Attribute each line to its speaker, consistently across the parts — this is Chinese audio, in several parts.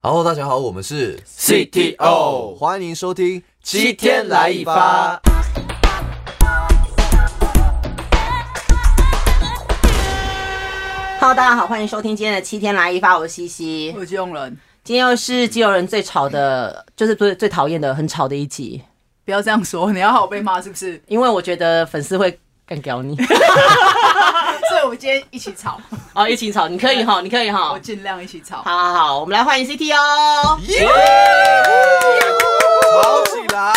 Speaker 1: Hello，大家好，我们是
Speaker 2: CTO
Speaker 1: 欢迎收听
Speaker 2: 七天来一发。
Speaker 3: Hello，大家好，欢迎收听今天的七天来一发，我是西西。
Speaker 2: 我是用人，
Speaker 3: 今天又是基友人最吵的，就是最最讨厌的很吵的一集，
Speaker 2: 不要这样说，你要好被骂是不是？
Speaker 3: 因为我觉得粉丝会干掉你
Speaker 2: 所以我们今天一起吵，
Speaker 3: 哦，一起吵，你可以哈，你可以哈
Speaker 2: 我，尽量一起吵。
Speaker 3: 好好好，我们来欢迎 CT 哦，
Speaker 1: 耶！吵起来！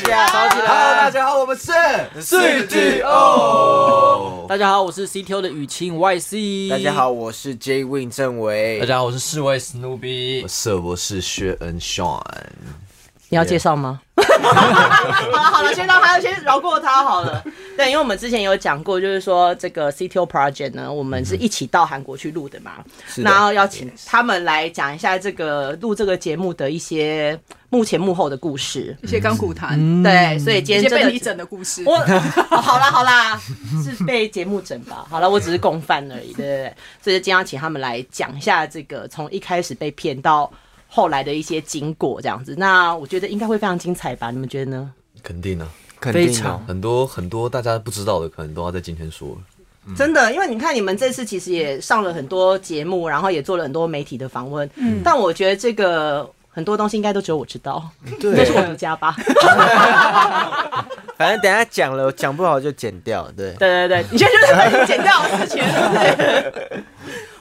Speaker 3: 起来吵起来
Speaker 1: Hello，大家好，我们是 CTO。
Speaker 4: 大家好，我是 CTO 的雨晴 YC。
Speaker 5: 大家，好，我是 J Win 郑伟。
Speaker 4: 大家好，我是侍卫 Snoopy
Speaker 1: 我。社博士薛恩 Sean，
Speaker 3: 你要介绍吗？ 好了好了，先让他先饶过他好了。对，因为我们之前有讲过，就是说这个 CTO project 呢，我们是一起到韩国去录的嘛，然后要请他们来讲一下这个录这个节目的一些目前幕后的故事。
Speaker 2: 一些甘苦谈，
Speaker 3: 对，所以今
Speaker 2: 一
Speaker 3: 天嗯
Speaker 2: 些
Speaker 3: 真的
Speaker 2: 被你整的故事。
Speaker 3: 我、 哦好啦好啦，是被节目整吧？ 好了，我只是共犯而已，对对对。所以今天要请他们来讲一下这个从一开始被骗到后来的一些经过，这样子。那我觉得应该会非常精彩吧？你们觉得呢？
Speaker 1: 肯定啊，
Speaker 5: 肯定哦
Speaker 4: 非常
Speaker 1: 很多很多大家不知道的，可能都要在今天说了。
Speaker 3: 真的，因为你看你们这次其实也上了很多节目，然后也做了很多媒体的访问，但我觉得这个。很多东西应该都只有我知道，都是我独家吧？
Speaker 5: 反正等一下讲了，讲不好就剪掉。对，
Speaker 3: 对对对，你现在就是把你剪掉我的钱。对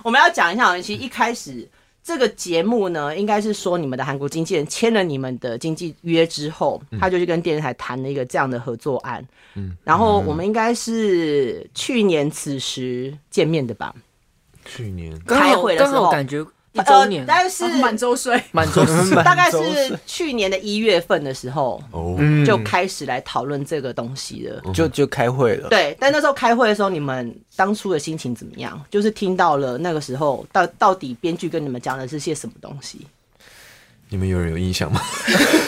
Speaker 3: 我们要讲一下，其实一开始这个节目呢，应该是说你们的韩国经纪人签了你们的经纪约之后，
Speaker 5: 嗯
Speaker 3: 他就去跟电视台谈了一个这样的合作案。嗯，然后我们应该是去年此时见面的吧？
Speaker 1: 去年
Speaker 4: 刚好
Speaker 3: 开会的时候
Speaker 4: 刚好感觉一周年
Speaker 3: 呃，但是
Speaker 2: 啊满周岁，
Speaker 4: 满 周年。
Speaker 5: 嗯
Speaker 3: 大概是去年的一月份的时候，
Speaker 1: 哦，
Speaker 5: 嗯
Speaker 3: 就开始来讨论这个东西了。
Speaker 5: 就就开会了。
Speaker 3: 对，但那时候开会的时候，你们当初的心情怎么样？就是听到了那个时候，到到底编剧跟你们讲的是些什么东西？
Speaker 1: 你们有人有印象吗？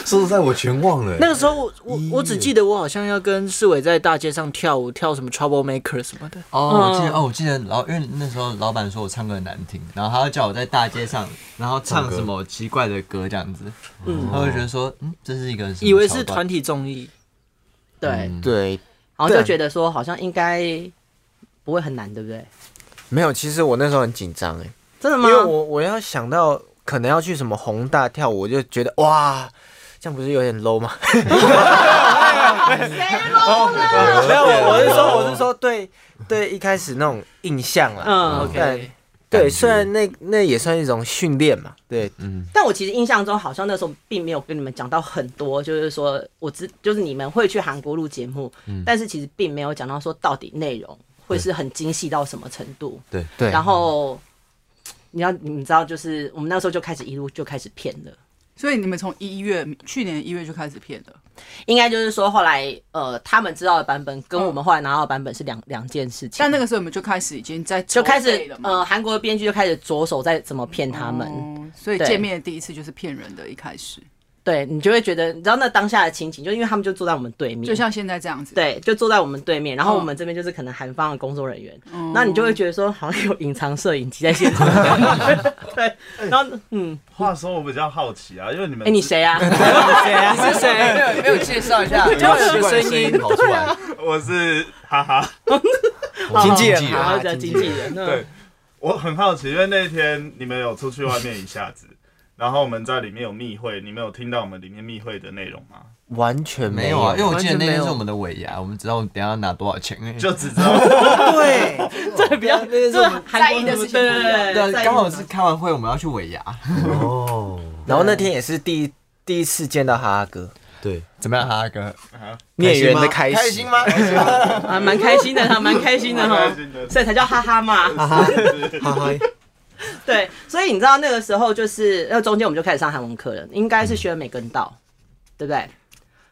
Speaker 1: 说实在，我全忘了欸。
Speaker 4: 那个时候我我我只记得我好像要跟侍卫在大街上跳舞，跳什么 Trouble Maker 什么的。
Speaker 6: 哦，我记得哦，我记得老，因为那时候老板说我唱歌很难听，然后他要叫我在大街上，然后唱什么奇怪的歌这样子，嗯，他会觉得说，嗯，这是一个什么
Speaker 4: 以为是
Speaker 6: 桥段
Speaker 4: 团体综艺，
Speaker 3: 对，
Speaker 5: 对，
Speaker 3: 然后就觉得说好像应该不会很难，对不对？
Speaker 5: 没有，其实我那时候很紧张哎，
Speaker 3: 真的
Speaker 5: 因
Speaker 3: 吗？
Speaker 5: 为我我要想到可能要去什么宏大跳舞，我就觉得哇，这样不是有点 low 吗？没有，我我是说我是说对对，一开始那种印象啦。
Speaker 3: 嗯
Speaker 5: 但
Speaker 4: OK，
Speaker 5: 对，
Speaker 1: 感觉
Speaker 5: 虽然那那也算一种训练嘛，对，
Speaker 3: 但我其实印象中好像那时候并没有跟你们讲到很多，就是说我知就是你们会去韩国录节目，
Speaker 5: 嗯
Speaker 3: 但是其实并没有讲到说到底内容会是很精细到什么程度。
Speaker 1: 对
Speaker 5: 对
Speaker 3: 然后你要你们知道，就是我们那时候就开始一路就开始骗了。
Speaker 2: 所以你们从一月去年一月就开始骗了。
Speaker 3: 应该就是说，后来呃，他们知道的版本跟我们后来拿到的版本是两两件事情。
Speaker 2: 但那个时候你们就开始已经在
Speaker 3: 就开
Speaker 2: 筹备
Speaker 3: 始
Speaker 2: 了嘛，
Speaker 3: 呃，韩国的编剧就开始着手在怎么骗他们。
Speaker 2: 哦所以
Speaker 3: 嗯对
Speaker 2: 见面的第一次就是骗人的，一开始
Speaker 3: 对你就会觉得，你知道那当下的情景，就因为他们就坐在我们对面，
Speaker 2: 就像现在这样子。
Speaker 3: 对，就坐在我们对面，然后
Speaker 2: 嗯
Speaker 3: 我们这边就是可能韩方的工作人员，
Speaker 2: 嗯，
Speaker 3: 那、你就会觉得说好像有隐藏摄影机在现 场。对，然后嗯，
Speaker 7: 话说我比较好奇啊，因为你们
Speaker 3: 哎、你谁 啊？
Speaker 4: 你是谁？
Speaker 2: 没有介绍一 下，
Speaker 4: 就会有个声音。
Speaker 1: 跑出来，
Speaker 3: 啊
Speaker 7: 我是哈哈，
Speaker 5: 经纪人
Speaker 3: 然后
Speaker 5: 啊
Speaker 3: 叫经
Speaker 5: 经
Speaker 3: 纪
Speaker 5: 纪
Speaker 3: 人。嗯
Speaker 7: 对我很好奇，因为那天你们有出去外面一下子，然后我们在里面有密会，你们有听到我们里面密会的内容吗？
Speaker 5: 完全
Speaker 6: 没有啊，因为我记得
Speaker 4: 完全
Speaker 6: 那
Speaker 4: 没
Speaker 6: 天
Speaker 4: 有
Speaker 6: 是我们的尾牙，我们知道等一下要拿多少钱
Speaker 3: 哎
Speaker 6: 而已，
Speaker 7: 就只 知道
Speaker 5: 对，
Speaker 3: 这个比较，这个韩
Speaker 2: 在
Speaker 3: 国
Speaker 2: 意的
Speaker 3: 对
Speaker 2: 事情
Speaker 3: 对
Speaker 2: 不一样
Speaker 3: 对
Speaker 6: 对
Speaker 3: 对，
Speaker 6: 啊，
Speaker 3: 在意
Speaker 6: 刚好
Speaker 3: 的
Speaker 6: 是开完会我们要去尾牙，
Speaker 1: 哦，
Speaker 5: 然后那天也是第一第一次见到哈哈哥，
Speaker 1: 对，
Speaker 6: 怎么样，哈哈哥？
Speaker 5: 孽缘的开
Speaker 6: 开
Speaker 5: 始，
Speaker 6: 心吗？开心吗？
Speaker 3: 啊，蛮开心的哈，蛮开心的哈
Speaker 7: 蛮开心，的
Speaker 3: 所以才叫哈哈嘛。
Speaker 5: 哈哈，
Speaker 3: 对，所以你知道那个时候就是，那中间我们就开始上韩文课了，应该是学美跟到，对不对？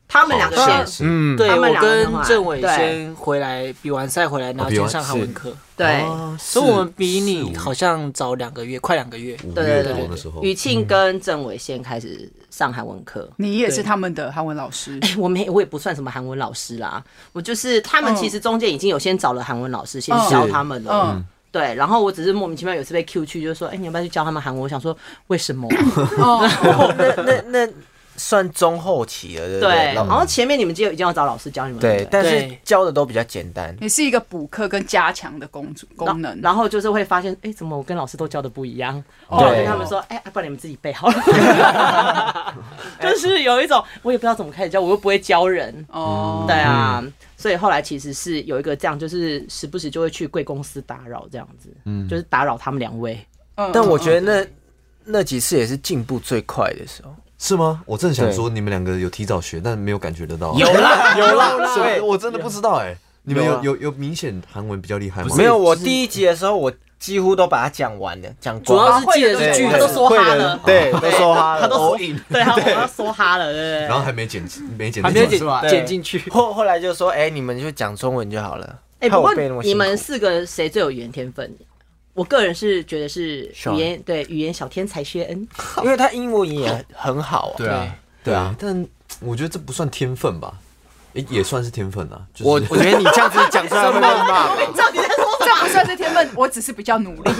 Speaker 3: 他们两个
Speaker 4: 好
Speaker 3: 先
Speaker 4: 像
Speaker 5: 嗯，
Speaker 4: 对
Speaker 3: 他们
Speaker 4: 我
Speaker 3: 两个人
Speaker 4: 跟
Speaker 3: 嘛
Speaker 4: 郑伟
Speaker 3: 对
Speaker 4: 先回来比完赛回来，
Speaker 5: 哦
Speaker 4: 然后
Speaker 1: 比
Speaker 4: 先
Speaker 1: 完
Speaker 4: 上韩文课，
Speaker 3: 对
Speaker 1: 哦啊
Speaker 4: 所以我们比你好像早两个月，快两个月。
Speaker 1: 五
Speaker 3: 对
Speaker 1: 月
Speaker 3: 对
Speaker 1: 多的时候
Speaker 3: 对，，雨庆跟郑伟先开始上韩文课。
Speaker 2: 你也是
Speaker 4: 对
Speaker 2: 他们的韩文老师，
Speaker 3: 我没，我也不算什么韩文老师啦，我就是他们
Speaker 2: 嗯
Speaker 3: 其实中间已经有先找了韩文老师先
Speaker 2: 嗯
Speaker 3: 教他们了，
Speaker 2: 嗯，
Speaker 3: 对，然后我只是莫名其妙有一次被 Q 去，就是说，哎、你要不要去教他们韩文？我想说为什么啊、
Speaker 2: 哦，
Speaker 5: 那那那算中后期了，对不
Speaker 3: 对，
Speaker 5: 对？
Speaker 3: 然
Speaker 5: 老
Speaker 3: 后前面你们就已经要找老师教你们了，
Speaker 5: 对，
Speaker 3: 不
Speaker 5: 但是
Speaker 4: 对
Speaker 5: 教的都比较简单。
Speaker 2: 也是一个补课跟加强的功功能。
Speaker 3: 然后就是会发现，哎，怎么我跟老师都教的不一样？
Speaker 5: 哦
Speaker 3: 就我跟他们说，哎，啊不然你们自己背好了。 就是有一种我也不知道怎么开始教，我又不会教人，
Speaker 2: 哦，
Speaker 3: 对啊，所以后来其实是有一个这样，就是时不时就会去贵公司打扰这样子，就是打扰他们两位。
Speaker 2: 嗯
Speaker 5: 但我觉
Speaker 2: 嗯
Speaker 5: 得那那几次也是进步最快的时候。
Speaker 1: 是吗？我正想说你们两个有提早学，但没有感觉得到。啊
Speaker 5: 啦，有
Speaker 1: 是吗
Speaker 5: 对，
Speaker 1: 我真的不知道哎。你们
Speaker 5: 有
Speaker 1: 有
Speaker 5: 啊
Speaker 1: 有有明显韩文比较厉害吗？
Speaker 5: 没有。我第一集的时候，我几乎都把它讲完了，讲
Speaker 4: 主要
Speaker 5: 光。
Speaker 4: 是记得
Speaker 5: 对
Speaker 4: 是句
Speaker 5: 我
Speaker 3: 他都
Speaker 4: 子，
Speaker 3: 说哈了，
Speaker 5: 对，都说哈
Speaker 3: 他
Speaker 5: 了。
Speaker 3: 都
Speaker 5: 我
Speaker 3: 说对，他我要说哈了，对
Speaker 1: 然
Speaker 3: 不
Speaker 1: 后
Speaker 3: 对？
Speaker 1: 还没剪，没剪，
Speaker 4: 还没有剪
Speaker 1: 剪。
Speaker 5: 对
Speaker 4: 剪进去。
Speaker 5: 后后来就说，哎，你们就讲中文就好了。
Speaker 3: 哎，
Speaker 5: 怕
Speaker 3: 不
Speaker 5: 我
Speaker 3: 过
Speaker 5: 背那么辛
Speaker 3: 你
Speaker 5: 苦
Speaker 3: 们四个谁最有语言天分？我个人是觉得是语言对语言小天才薛恩，
Speaker 5: 因为他英文也很好啊。
Speaker 6: 对啊，
Speaker 1: 对啊，但我觉得这不算天分吧，也也算是天分啊。就是
Speaker 5: 我我觉得你这样子讲出来会被骂。
Speaker 2: 到底在说 这样不算是天分，我只是比较努力。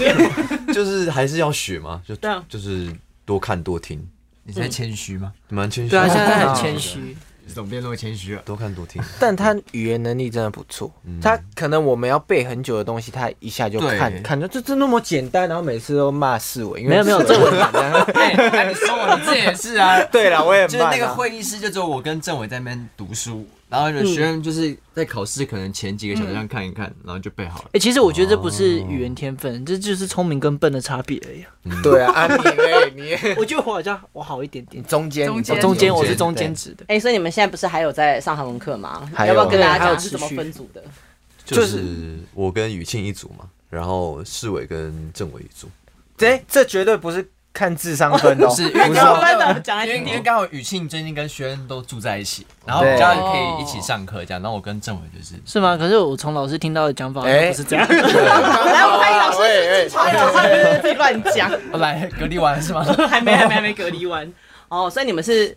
Speaker 1: 就是还是要学嘛，就
Speaker 3: 对啊
Speaker 1: 就是多看多听，
Speaker 6: 你在谦虚吗？
Speaker 1: 蛮谦虚
Speaker 4: 嗯对
Speaker 1: 的。
Speaker 4: 啊，现在很谦虚。
Speaker 6: 你怎么变那么谦虚了？
Speaker 1: 多看多听，
Speaker 5: 但他语言能力真的不错，他可能我们要背很久的东西，他一下就
Speaker 6: 对
Speaker 5: 看看就这这那么简单，然后每次都骂世文，因为
Speaker 4: 没有没有
Speaker 5: 世文
Speaker 4: 这 我
Speaker 5: 很难
Speaker 6: 哎，那你说我，你这也是 啊。
Speaker 5: 对啦，我也
Speaker 6: 就是
Speaker 5: 很慢啊
Speaker 6: 那个会议室，就只有我跟政委在那边读书，然后学生就是在考试可能前几个小时这样看一看，然后就背好了。
Speaker 4: 哎，其实我觉得这不是语言天分，这就是聪明跟笨的差别而已啊。
Speaker 5: 对啊，啊你嘞你
Speaker 4: 我觉得我好像我好一点点，
Speaker 5: 中间
Speaker 2: 中间
Speaker 4: 中间我是中间，值的。
Speaker 3: 哎，所以你们现在不是还有在上韩文课吗？
Speaker 5: 还
Speaker 3: 要
Speaker 5: 有
Speaker 3: 不要跟大家
Speaker 4: 对还有
Speaker 3: 讲是怎么
Speaker 4: 持续
Speaker 3: 分组的？
Speaker 1: 就是我跟雨庆一组嘛，然后世伟跟政委一组。
Speaker 5: 对，这绝对不是看智商分哦，
Speaker 6: 是，因为
Speaker 5: 不是
Speaker 6: 刚
Speaker 5: 哦，
Speaker 6: 好
Speaker 3: 班长讲来
Speaker 6: 因为因为刚好雨庆最近跟学生都住在一起，然后
Speaker 5: 对
Speaker 6: 比较可以一起上课这样。然后我跟政委就是
Speaker 4: 是吗？可是我从老师听到的讲法好像
Speaker 5: 哎
Speaker 4: 不是这样，
Speaker 3: 来，我看老师
Speaker 5: 哎哎，
Speaker 3: 哎老师还没自己乱讲，
Speaker 6: 哦来隔离完是吗？
Speaker 3: 还没还没还没隔离完。哦，所以你们是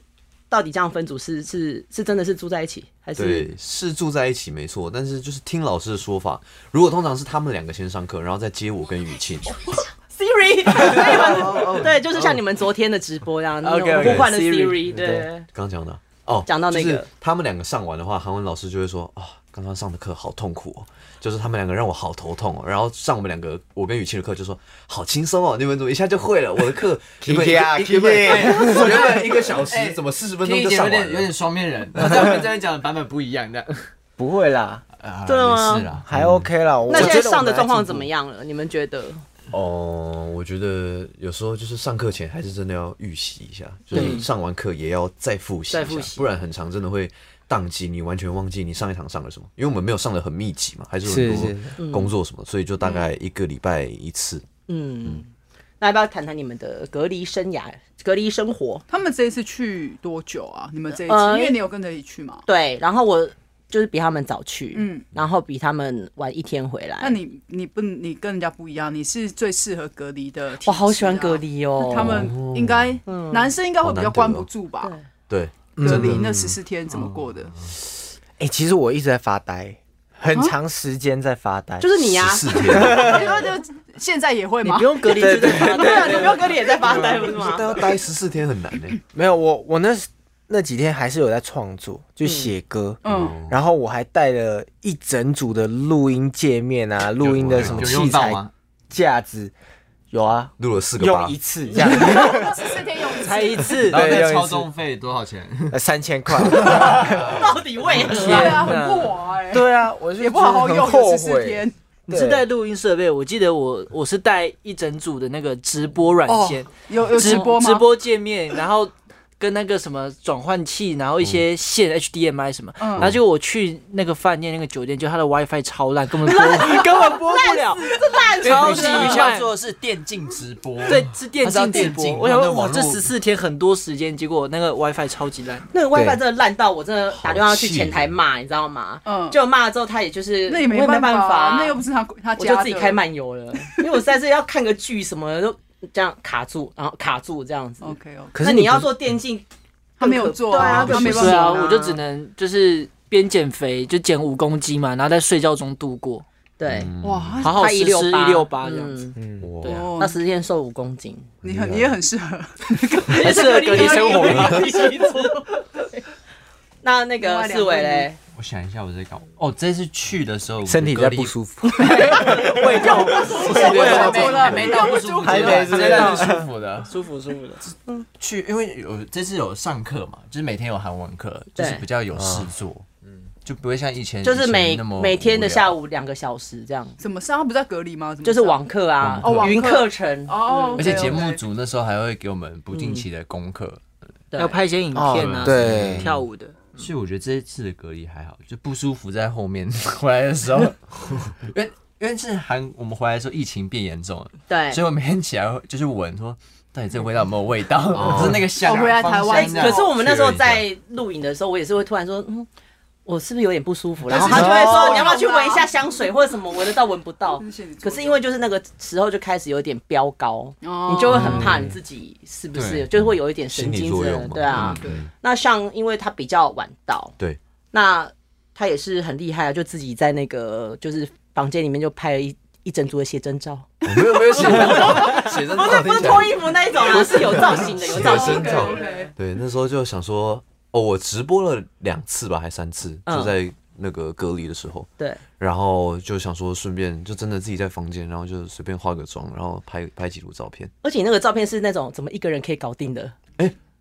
Speaker 3: 到底这样分组是是是真的是住在一起，还是
Speaker 1: 对，是住在一起没错，但是就是听老师的说法，如果通常是他们两个先上课，然后再接我跟雨庆，
Speaker 3: Siri？所以你们对，就是像你们昨天的直播一样，那种
Speaker 5: OK，OK，
Speaker 3: 互换的
Speaker 5: Siri，
Speaker 3: Siri，对
Speaker 5: 对。
Speaker 1: 刚刚讲的哦，
Speaker 3: 讲到那个
Speaker 1: 就是他们两个上完的话，韩文老师就会说啊，刚刚上的课好痛苦哦，就是他们两个让我好头痛哦。然后上我们两个，我跟雨庆的课就说好轻松哦，你们怎么一下就会了？我的课原本一个
Speaker 5: 啊
Speaker 1: 原本
Speaker 5: Kiki
Speaker 1: 原本一个小时
Speaker 6: 哎，
Speaker 1: 怎么四十分
Speaker 6: 听
Speaker 1: 钟
Speaker 6: 一
Speaker 1: 就
Speaker 6: 点
Speaker 1: 上
Speaker 6: 有
Speaker 1: 完
Speaker 6: 点有
Speaker 1: 了？
Speaker 6: 点双面 人，然后在我们这边讲的版本不一样的。
Speaker 5: 不会啦，
Speaker 6: 啊
Speaker 3: 真的吗
Speaker 6: 也是啦，
Speaker 5: 还 OK 啦，我
Speaker 3: 那
Speaker 5: 我
Speaker 3: 现
Speaker 5: 觉
Speaker 3: 在
Speaker 5: 得
Speaker 3: 上的
Speaker 5: 我们还
Speaker 3: 状况
Speaker 5: 进步
Speaker 3: 怎么？样了？你们觉得？
Speaker 1: 哦，我觉得有时候就是上课前还是真的要预习一下，就是上完课也要再复习
Speaker 3: 再
Speaker 1: 一
Speaker 3: 复
Speaker 1: 下，
Speaker 3: 习
Speaker 1: 不然很长真的会。宕机，你完全忘记你上一堂上了什么，因为我们没有上的很密集嘛，还是有
Speaker 5: 是
Speaker 1: 很多工作什么，所以就大概一个礼拜一次
Speaker 3: 嗯，那要不要谈谈你们的隔离生涯、隔离生活？
Speaker 2: 他们这一次去多久啊？你们这一次，
Speaker 3: 呃
Speaker 2: 因为你有跟着一起去嘛？
Speaker 3: 对，然后我就是比他们早去，
Speaker 2: 嗯，
Speaker 3: 然后比他们晚一天回来。
Speaker 2: 那你你不你跟人家不一样，你是最适合隔离的、啊
Speaker 3: 我好喜欢隔。离嗯哦，
Speaker 2: 他们应该、男生应该会比较关不住吧？
Speaker 3: 哦
Speaker 1: 对，
Speaker 3: 嗯
Speaker 2: 隔离那十四天怎么过的？
Speaker 5: 哎，其实我一直在发呆，很长时间在发呆，
Speaker 3: 就是你呀、
Speaker 1: 十四天，
Speaker 2: 你说就现在也会
Speaker 4: 你
Speaker 2: 吗
Speaker 4: 不？用隔离就在发
Speaker 3: 对啊，你不用隔离也在发呆，不是吗
Speaker 1: 但？要待啊十四天很难呢、
Speaker 5: 没有我我那那几天还是有在创作，就写歌，
Speaker 2: 嗯，
Speaker 5: 然后我还带了一整组的录音界面啊， 录音的什么
Speaker 6: 有
Speaker 5: 器
Speaker 6: 用到
Speaker 5: 材
Speaker 6: 吗？
Speaker 5: 架子，有啊，
Speaker 1: 录了四个八
Speaker 5: 用一，次这样，
Speaker 2: 十四天用一次
Speaker 5: 才一次，
Speaker 6: 然后
Speaker 5: 对，
Speaker 6: 那
Speaker 5: 用
Speaker 6: 超
Speaker 5: 一次
Speaker 6: 重费多 少钱？
Speaker 5: 呃三千块，
Speaker 3: 到底为何
Speaker 2: 对
Speaker 3: 啊？
Speaker 2: 啊，很不滑哎、
Speaker 5: 对啊，我就
Speaker 2: 也不好好
Speaker 5: 觉
Speaker 2: 用
Speaker 5: 得很后
Speaker 2: 十四
Speaker 5: 悔，
Speaker 2: 天。
Speaker 4: 你是带录音设备？我记得我我是带一整组的那个直播软件，
Speaker 2: 有有直
Speaker 4: 直
Speaker 2: 播吗？
Speaker 4: 直播界面，然后跟那个什么转换器，然后一些线 HDMI 什么，
Speaker 2: 嗯
Speaker 4: 然后就我去那个饭店那个酒店，就它的 WiFi 超烂，根本播根本播不了，超级
Speaker 3: 啊
Speaker 6: 雨
Speaker 4: 烂
Speaker 6: 叫。做是电竞直播，
Speaker 4: 对，是电
Speaker 6: 它是要
Speaker 4: 竞直
Speaker 6: 电
Speaker 4: 播
Speaker 6: 竞。
Speaker 4: 我想
Speaker 6: 它
Speaker 4: 说，
Speaker 6: 的
Speaker 4: 哇，
Speaker 6: 网
Speaker 4: 这
Speaker 6: 络
Speaker 4: 十四天很多时间，结果那个 WiFi 超级烂。
Speaker 3: 那个 WiFi
Speaker 5: 对
Speaker 3: 真的烂到我真的打电话去前台骂，你知道吗？
Speaker 2: 嗯
Speaker 3: 就骂了之后，他也就是
Speaker 2: 那也
Speaker 3: 我
Speaker 2: 没
Speaker 3: 办
Speaker 2: 办
Speaker 3: 法啊，
Speaker 2: 那又不是他他
Speaker 3: 我
Speaker 2: 家
Speaker 3: 就
Speaker 2: 的
Speaker 3: 自己开。漫游了，因为我实在是要看个剧什么的都这样卡住，然后卡住这样子。
Speaker 2: OK OK，
Speaker 5: 可
Speaker 3: 那
Speaker 5: 是
Speaker 3: 你要
Speaker 5: 不
Speaker 3: 做电竞，
Speaker 2: 他没有做
Speaker 3: 对啊，
Speaker 2: 他没办
Speaker 4: 对
Speaker 2: 法
Speaker 4: 啊，
Speaker 3: 不行
Speaker 4: 我就只能就是边减肥，就减五公斤嘛，然后在睡觉中度过。
Speaker 3: 对，
Speaker 2: 哇，
Speaker 4: 好
Speaker 2: 他
Speaker 4: 好
Speaker 3: 他
Speaker 4: 实施一
Speaker 3: 168
Speaker 4: 六八这样子，
Speaker 3: 嗯，
Speaker 1: 哇
Speaker 4: 对啊
Speaker 3: 他十天瘦五公斤，
Speaker 2: 哦你很你也很适 合，
Speaker 4: 很适合隔离生活啊。
Speaker 3: 那那
Speaker 2: 另
Speaker 3: 个
Speaker 2: 外
Speaker 3: 四
Speaker 2: 两
Speaker 3: 维
Speaker 2: 位
Speaker 3: 嘞，
Speaker 6: 我想一下我在搞哦，这次去的时候
Speaker 5: 身体在不
Speaker 6: 服，
Speaker 5: 舒服，
Speaker 4: 胃痛，
Speaker 2: 我多
Speaker 3: 啊
Speaker 2: 了啊没到
Speaker 6: 不舒服，
Speaker 5: 还得是
Speaker 6: 真的是啊舒服 的。
Speaker 4: 舒服舒服的。
Speaker 6: 去，因为有这次有上课嘛，就是每天有韩文课，
Speaker 3: 对
Speaker 6: 就是比较有事做，嗯，就不会像以前
Speaker 3: 就是每
Speaker 6: 以前那么
Speaker 3: 每天的下
Speaker 6: 午。
Speaker 3: 午两个小时这样，
Speaker 2: 怎么上？他不是在隔离吗？怎么
Speaker 3: 就是嗯
Speaker 2: 上
Speaker 3: 网课啊，
Speaker 2: 哦网课
Speaker 3: 云课程，
Speaker 2: 哦，
Speaker 6: 而且节
Speaker 2: OK，OK
Speaker 6: 目组那时候还会给我们不定
Speaker 3: 嗯
Speaker 6: 期的功课，
Speaker 3: 对
Speaker 4: 要拍一些影片啊，
Speaker 5: 哦对
Speaker 4: 跳舞的。
Speaker 6: 所以我觉得这一次的隔离还好，就不舒服在后面 回来的时候，因为因为是韩我们回来的时候疫情变严重了，
Speaker 3: 对
Speaker 6: 所以我每天起来会就是闻说到底这个味道有没有味道，就是那个香啊。
Speaker 2: 哦回来台湾
Speaker 6: 芳香啊
Speaker 3: 哎可是我们那时候
Speaker 6: 确认一下
Speaker 3: 在录影的时候，我也是会突然说，嗯，我是不是有点不舒服？然后
Speaker 2: 但
Speaker 3: 他
Speaker 2: 是
Speaker 3: 就会说，
Speaker 2: 哦
Speaker 3: 你要不要去闻一下香水或者什么，闻得到闻不到
Speaker 2: 真？是仙女座
Speaker 3: 可是因为就是那个时候就开始有点飙高，
Speaker 2: 哦
Speaker 3: 你就会很怕你自己是不是
Speaker 6: 对
Speaker 3: 就会有一点神
Speaker 1: 嗯心理
Speaker 3: 经
Speaker 1: 作
Speaker 3: 质
Speaker 1: 用嘛，嗯
Speaker 3: 对啊。
Speaker 2: 对
Speaker 3: 那像因为他比较晚到，
Speaker 1: 对，
Speaker 3: 那他也是很厉害啊，就自己在那个就是房间里面就拍了一一整组的写真照，
Speaker 1: 我没有没有写真照， 写真照
Speaker 3: 不
Speaker 1: 听
Speaker 3: 是
Speaker 1: 起
Speaker 3: 脱
Speaker 1: 来
Speaker 3: 衣哦服那一种啊，是有造型的，有造型
Speaker 1: 写真
Speaker 3: 的。
Speaker 1: 照
Speaker 2: OK，OK
Speaker 1: 对，那时候就想说，哦，我直播了两次吧，还三次，
Speaker 3: 嗯
Speaker 1: 就在那个隔离的时候，
Speaker 3: 对，
Speaker 1: 然后就想说顺便就真的自己在房间，然后就随便化个妆，然后拍拍几组照片。
Speaker 3: 而且你那个照片是那种怎么一个人可以搞定的，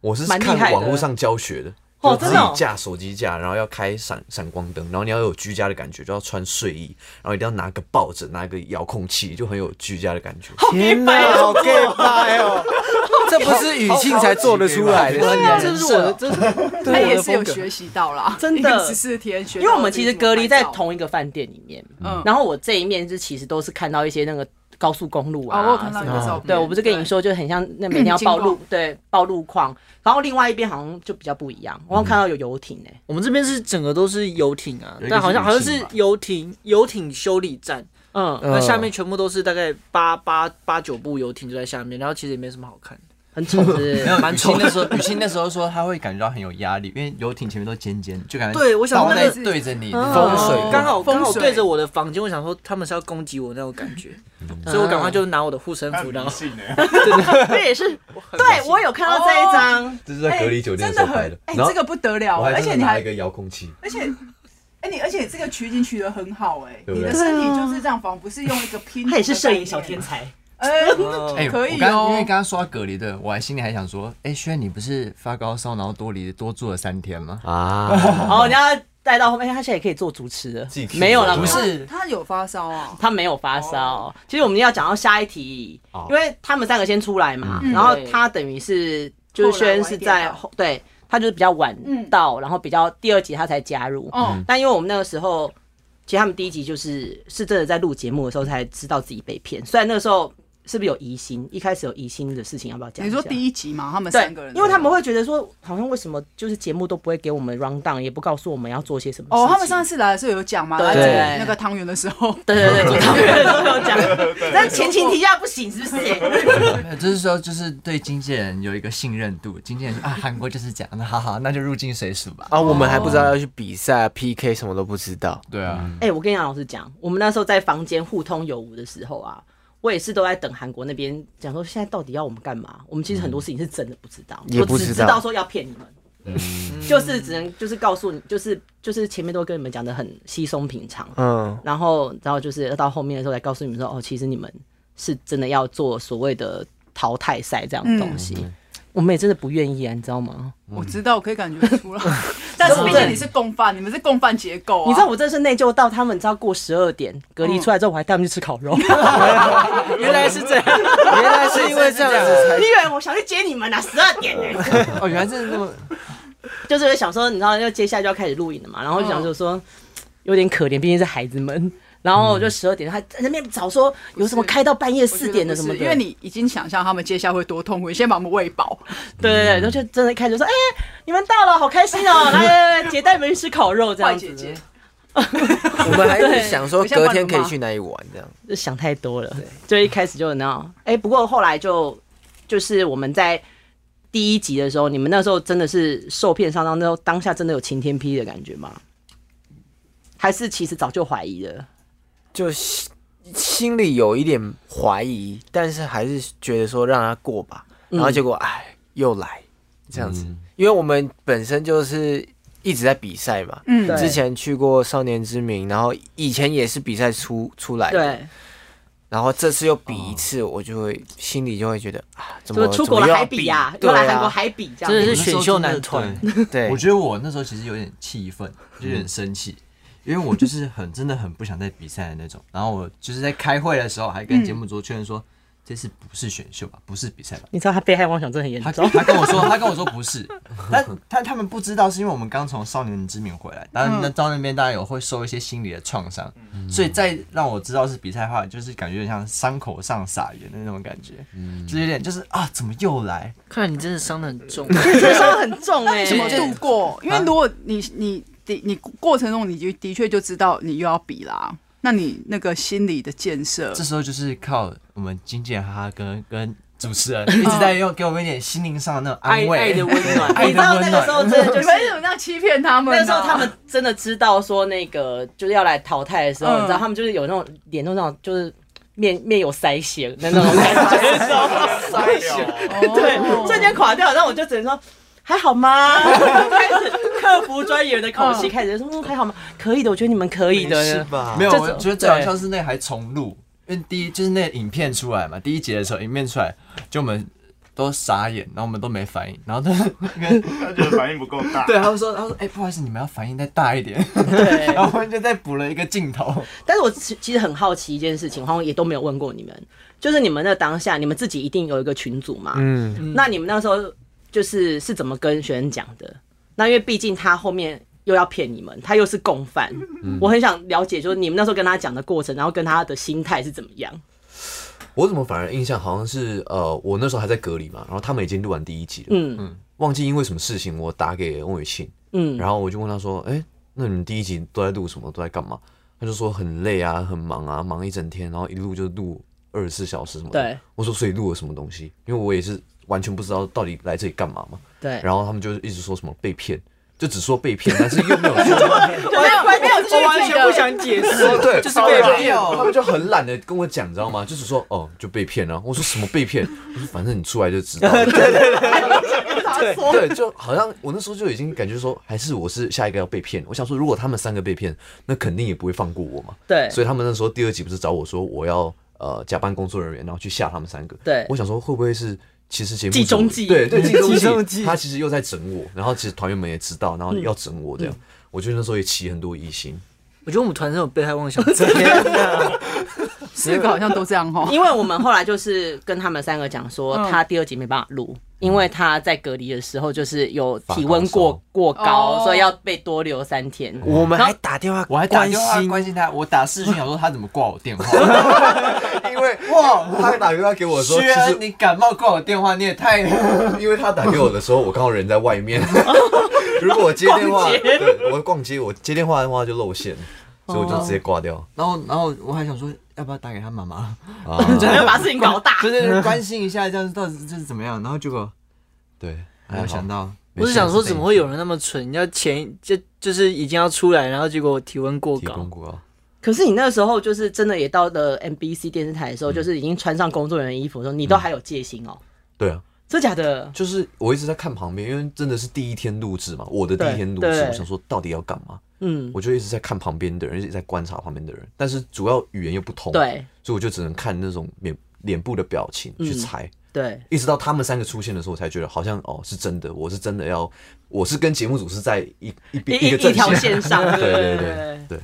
Speaker 1: 我是
Speaker 3: 蛮厉害
Speaker 1: 看
Speaker 3: 的
Speaker 1: 网络上教学的，
Speaker 3: 哦
Speaker 1: 就自
Speaker 3: 真的
Speaker 1: 己
Speaker 3: 哦
Speaker 1: 架手机架，然后要开闪闪光灯，然后你要有居家的感觉，就要穿睡衣，然后一定要拿个抱枕，拿个遥控器，就很有居家的感觉。
Speaker 3: 哦
Speaker 5: 天哪，好 gay 掰哦！ 这不是语庆才做得出来的，
Speaker 6: 啊
Speaker 4: 这是我的，这是
Speaker 2: 他也是有学习到啦，
Speaker 3: 真的
Speaker 2: 十四天学
Speaker 3: 因
Speaker 2: 到
Speaker 3: 为我们其实隔离在
Speaker 2: 自己怎么
Speaker 3: 同一个饭店里面，
Speaker 2: 嗯
Speaker 3: 然后我这一面就其实都是看到一些那个高速公路
Speaker 2: 拍照
Speaker 3: 啊，
Speaker 2: 哦，我有看到你的
Speaker 3: 什么
Speaker 2: 照
Speaker 3: 的
Speaker 2: 片，
Speaker 3: 对，我不是跟你说，就很像那每天要报
Speaker 2: 经过
Speaker 3: 路，对，报路况。然后另外一边好像就比较不一样，我好像看到有游艇哎、
Speaker 4: 我们这边是整个都是游艇啊
Speaker 6: 有，一个
Speaker 4: 但好像
Speaker 6: 是
Speaker 4: 好像
Speaker 6: 游
Speaker 4: 是
Speaker 6: 艇吧
Speaker 4: 游艇游艇修理站，
Speaker 3: 嗯，
Speaker 4: 那下面全部都是大概八八八九部游艇就在下面，然后其实也没什么好看的。
Speaker 3: 很丑是不 是
Speaker 6: 没有，
Speaker 4: 蛮
Speaker 6: 雨
Speaker 4: 丑
Speaker 6: 欣
Speaker 4: 的
Speaker 6: 那时候，雨欣那时候说她会感觉到很有压力，因为游艇前面都尖尖，就感觉
Speaker 4: 对我想
Speaker 6: 倒
Speaker 4: 那
Speaker 6: 在
Speaker 4: 个
Speaker 6: 对着你，
Speaker 5: 风水
Speaker 4: 哦刚好
Speaker 2: 风水
Speaker 4: 刚好对着我的房间，我想说他们是要攻击我那种感觉，所以我
Speaker 2: 嗯
Speaker 4: 赶快就拿我的护身
Speaker 7: 他
Speaker 4: 符，
Speaker 7: 很
Speaker 4: 然
Speaker 3: 哦
Speaker 7: 迷
Speaker 4: 后
Speaker 7: 信呢，
Speaker 3: 这 也是对我有看到这一张，
Speaker 1: 这是在
Speaker 2: 哎
Speaker 1: 隔离酒店的
Speaker 2: 真
Speaker 1: 时
Speaker 2: 的
Speaker 1: 候拍的
Speaker 2: 很，哎，
Speaker 1: 然后
Speaker 2: 这个不得了，
Speaker 1: 我还
Speaker 2: 而且
Speaker 1: 真
Speaker 2: 你
Speaker 1: 的拿
Speaker 2: 还
Speaker 1: 一个遥控 器，
Speaker 2: 而且，哎、你而且这个取景取得很好、哎，
Speaker 1: 对不
Speaker 2: 你
Speaker 1: 对
Speaker 2: 的身体就是这样，仿佛是用一个拼
Speaker 3: 啊
Speaker 2: 图。
Speaker 3: 他也是摄影小天，才，
Speaker 2: 哎、
Speaker 6: 哎、我
Speaker 2: 可以
Speaker 6: 刚因为
Speaker 2: 哦
Speaker 6: 刚。刚说到隔离的，我还心里还想说，哎、轩，你不是发高烧，然后多离多住了三天吗？
Speaker 1: 啊，
Speaker 3: 然后人家哦带到后面，他现在也可以做主持了
Speaker 1: 自己，
Speaker 3: 没有啦，
Speaker 1: 自
Speaker 3: 不
Speaker 1: 己
Speaker 3: 是。
Speaker 6: 是
Speaker 2: 他有发烧啊，
Speaker 3: 他没有发烧。
Speaker 2: 哦
Speaker 3: 其实我们要讲到下一题，因为他们三个先出来嘛，
Speaker 2: 嗯
Speaker 3: 然后他等于是就是轩是在后，对他就是比较晚到，然后比较第二集他才加入。
Speaker 2: 嗯
Speaker 3: 但因为我们那个时候，其实他们第一集就是是真的在录节目的时候才知道自己被骗，虽然那个时候是不是有疑心，一开始有疑心的事情，要不要讲一
Speaker 2: 你
Speaker 3: 下？
Speaker 2: 说第一集嘛，他们
Speaker 3: 对
Speaker 2: 三个人，，
Speaker 3: 因为他们会觉得说，好像为什么就是节目都不会给我们 round down，也不告诉我们要做些什么事情。
Speaker 2: 哦，他们上次来的时候有讲嘛，
Speaker 3: 对
Speaker 2: 来煮那个汤圆的时候，
Speaker 3: 对对对，他们都有讲，但前情提要不行，是不 是？
Speaker 6: 没有就是说，就是对经纪人有一个信任度，经纪人说啊，韩国就是这样，那好好，那就入境随俗吧。
Speaker 5: 啊，我们还
Speaker 3: 哦
Speaker 5: 不知道要去比赛啊 PK 什么都不知道，
Speaker 6: 对啊，
Speaker 3: 哎、我跟你讲，老实讲，我们那时候在房间互通有无的时候啊，我也是都在等韩国那边讲说，现在到底要我们干嘛？我们其实很多事情是真的不知道，
Speaker 5: 嗯也不
Speaker 3: 我只
Speaker 5: 知
Speaker 3: 知
Speaker 5: 道嗯
Speaker 3: 道说要骗你们。 就是只能就是告诉你，就是就是前面都跟你们讲的很稀松平常，
Speaker 5: 嗯，
Speaker 3: 然后然后就是到后面的时候才告诉你们说，哦，其实你们是真的要做所谓的淘汰赛这样的东西，
Speaker 5: 嗯
Speaker 3: 我们也真的不愿意啊，你知道吗？
Speaker 2: 我知道，我可以感觉出来。 但是毕竟你是共犯，你们是共犯结构
Speaker 3: 嗯
Speaker 2: 啊，
Speaker 3: 你知道我真的是内疚到他们，你知道过十二点隔离出来之后，我还带他们去吃烤肉。
Speaker 4: 原来是这样，
Speaker 5: 原来是因为这样 子才
Speaker 3: 你以为我想去接你们啊？十二点呢、
Speaker 6: 哦，原来真的那么，
Speaker 3: 就是会想说，你知道，就接下来就要开始录影了嘛，然后就想就说、有点可怜，毕竟是孩子们。然后我就十二点，他在那边找说有什么开到半夜
Speaker 2: 我觉
Speaker 3: 四
Speaker 2: 得
Speaker 3: 点
Speaker 2: 不
Speaker 3: 的什么
Speaker 2: 是
Speaker 3: 的，
Speaker 2: 因为你已经想象他们接下来会多痛苦，你先把我们喂饱。
Speaker 3: 对对对，然后就真的开始说，哎、你们到了，好开心哦，来来来，姐带你们去吃烤肉这
Speaker 2: 坏
Speaker 3: 样子
Speaker 2: 姐姐，
Speaker 5: 我们还是想说
Speaker 2: 我现在
Speaker 5: 隔
Speaker 2: 帮你
Speaker 5: 天
Speaker 2: 们
Speaker 5: 可以
Speaker 2: 骂
Speaker 5: 去哪里玩这样。
Speaker 3: 就想太多了，就一开始就那样。哎、不过后来就就是我们在第一集的时候，你们那时候真的是受骗上当，那时候当下真的有晴天霹雳的感觉吗？还是其实早就怀疑了？
Speaker 5: 就心心里有一点怀疑，但是还是觉得说让他过吧。
Speaker 3: 嗯
Speaker 5: 然后结果哎、又来这样子，因为我们本身就是一直在比赛嘛。
Speaker 2: 嗯，
Speaker 3: 对
Speaker 5: 之前去过少年之名，然后以前也是比赛出出来的，
Speaker 3: 对，
Speaker 5: 然后这次又比一次，我就会心里就会觉得啊，怎
Speaker 3: 怎么
Speaker 5: 么
Speaker 3: 出国
Speaker 5: 怎么又
Speaker 3: 了
Speaker 5: 要
Speaker 3: 还比呀、
Speaker 5: 对
Speaker 3: 又
Speaker 5: 啊，
Speaker 3: 来韩国还比这样，
Speaker 4: 真的是
Speaker 6: 我那时候
Speaker 4: 选秀
Speaker 6: 真的
Speaker 4: 男团
Speaker 6: 对
Speaker 5: 对，
Speaker 6: 我觉得我那时候其实有点气愤，就有点生气，因为我就是很真的很不想再比赛的那种。然后我就是在开会的时候还跟节目组确认说，这次不是选秀吧，不是比赛吧？
Speaker 3: 你知道他被害妄想症很严
Speaker 6: 他他跟我说，他跟我说不是，但他他们不知道，是因为我们刚从少年之名回来，当然那到那边大家有会受一些心理的创伤，所以再让我知道是比赛的话，就是感觉有点像伤口上撒盐的那种感觉，就有点就是啊，怎么又来？
Speaker 4: 看来你真的伤得很 重。
Speaker 3: 这伤很重哎、
Speaker 2: 怎么度过？
Speaker 3: 啊
Speaker 2: 因为如果你你你你过程中，你就的确就知道你又要比啦。那你那个心理的建设，
Speaker 6: 这时候就是靠我们经纪人哈哈跟跟主持人一直在用给我们一点心灵上的那种安慰，
Speaker 4: 爱爱的温暖
Speaker 6: 爱
Speaker 3: 你知
Speaker 6: 的
Speaker 3: 道
Speaker 5: 啊
Speaker 3: 那
Speaker 6: 温
Speaker 3: 个时候
Speaker 6: 暖。
Speaker 3: 真的就
Speaker 2: 你
Speaker 3: 是
Speaker 2: 们怎么这样欺骗他们啊？
Speaker 3: 那时候他们真的知道说那个就是要来淘汰的时候，
Speaker 2: 嗯
Speaker 3: 你知道他们就是有那种脸都那种就是面面有腮血的那种感觉，你知道吗？
Speaker 7: 塞小，
Speaker 2: 哦
Speaker 3: 对，瞬间垮掉，然后我就只能说。还好吗？开始克服专业人的口气，
Speaker 2: 嗯
Speaker 3: 开始说嗯还好吗？可以的，我觉得你们可以的。
Speaker 5: 是吧？
Speaker 6: 没有，
Speaker 3: 这
Speaker 6: 我
Speaker 3: 种
Speaker 6: 觉得最好像是那还重录，因为第一就是那影片出来嘛，第一节的时候影片出来，就我们都傻眼，然后我们都没反应，然后他
Speaker 7: 他觉得反应不够大。
Speaker 6: 对他们说，他说哎、不好意思，你们要反应再大一点，
Speaker 3: 对，
Speaker 6: 然后我们就再补了一个镜头，
Speaker 3: 但是我其其实很好奇一件事情，好像也都没有问过你们，就是你们那当下，你们自己一定有一个群组嘛？
Speaker 5: 嗯，
Speaker 3: 那你们那时候就是是怎么跟学生讲的？那因为毕竟他后面又要骗你们，他又是共犯，我很想了解，就是你们那时候跟他讲的过程，然后跟他的心态是怎么样？
Speaker 1: 我怎么反而印象好像是呃，我那时候还在隔离嘛，然后他们已经录完第一集了，
Speaker 3: 嗯
Speaker 1: 忘记因为什么事情，我打给翁雨庆，
Speaker 3: 嗯，
Speaker 1: 然后我就问他说：“哎、那你们第一集都在录什么？都在干嘛？”他就说很累啊，很忙啊，忙一整天，然后一录就录二十四小时什么的。
Speaker 3: 对，
Speaker 1: 我说所以录了什么东西？因为我也是完全不知道到底来这里干嘛嘛。
Speaker 3: 对。
Speaker 1: 然后他们就是一直说什么被骗，就只说被骗，但是又没有说
Speaker 2: 没有没有具体的，
Speaker 4: 解释，
Speaker 1: 对，
Speaker 4: 就是被
Speaker 1: 他们
Speaker 4: 骗
Speaker 1: 就他们就很懒得跟我讲，你知道吗？就只说哦就被骗了、我说什么被骗？我说反正你出来就知道了。对，就好像我那时候就已经感觉说，还是我是下一个要被骗。我想说，如果他们三个被骗，那肯定也不会放过我嘛。
Speaker 3: 对
Speaker 1: 所以他们那时候第二集不是找我说我要呃假扮工作人员，然后去吓他们三个。
Speaker 3: 对
Speaker 1: 我想说会不会是其实节目
Speaker 3: 计
Speaker 1: 组
Speaker 3: 中计
Speaker 1: 对对，计
Speaker 5: 计
Speaker 1: 中
Speaker 5: 中
Speaker 1: 计，
Speaker 5: 计
Speaker 1: 他其实又在整我，然后其实团员们也知道，然后要整我这样。我觉得那时候也起很多疑心，
Speaker 4: 我觉得我们团真的有被害妄想症，
Speaker 2: 四个好像都这样哈。
Speaker 3: 因为我们后来就是跟他们三个讲说，
Speaker 2: 嗯
Speaker 3: 他第二集没办法录，因为他在隔离的时候就是有体
Speaker 1: 发
Speaker 3: 温
Speaker 1: 高烧
Speaker 3: 过过高，
Speaker 2: 哦
Speaker 3: 所以要被多留三天。
Speaker 5: 我们还打电话
Speaker 6: 我还打
Speaker 5: 关
Speaker 6: 电话
Speaker 5: 心，
Speaker 6: 关心他，我打视讯想说他怎么挂我电 话，
Speaker 1: 因为
Speaker 6: 哇，
Speaker 1: 他打电话给我说，
Speaker 6: 薛
Speaker 1: 其实
Speaker 6: 恩你感冒挂我电话你也太，
Speaker 1: 因为他打给我的时候，我刚好人在外 面。如果我接电话，对，我逛街，我接电话的话就露馅，
Speaker 4: 哦
Speaker 1: 所以我就直接挂掉。
Speaker 6: 然后然后我还想说要不要打给他妈妈，
Speaker 1: 啊，
Speaker 3: 我要把事情 搞大。
Speaker 6: 就是关心一下这样子到底这是怎么样，然后 结果
Speaker 1: 对，
Speaker 6: 没有想到，
Speaker 1: 没
Speaker 4: 我
Speaker 1: 事
Speaker 4: 是想说怎么会有人那么蠢，要前就就是已经要出来，然后结果体温过
Speaker 1: 提
Speaker 4: 高
Speaker 1: 供，过啊？
Speaker 3: 可是你那时候就是真的也到了 MBC 电视台的
Speaker 1: 嗯
Speaker 3: 时候，就是已经穿上工作人员衣服的时候，你都还有戒心哦，
Speaker 1: 对啊，
Speaker 3: 真假的？
Speaker 1: 就是我一直在看旁边，因为真的是第一天录制嘛，我的第一天录
Speaker 3: 对
Speaker 1: 制，
Speaker 3: 对
Speaker 1: 我想说到底要干嘛，
Speaker 3: 嗯，
Speaker 1: 我就一直在看旁边的人，一直在观察旁边的人，但是主要语言又不通，，
Speaker 3: 对
Speaker 1: 所以我就只能看那种脸脸部的表情去
Speaker 4: 嗯
Speaker 1: 猜。
Speaker 3: 对，
Speaker 1: 一直到他们三个出现的时候，我才觉得好像哦是真的，我是真的要，我是跟节目组是在一一
Speaker 3: 一
Speaker 1: 边一个
Speaker 3: 一
Speaker 1: 阵
Speaker 3: 条
Speaker 1: 线。
Speaker 3: 线上，
Speaker 1: 对对
Speaker 3: 对
Speaker 1: 对对，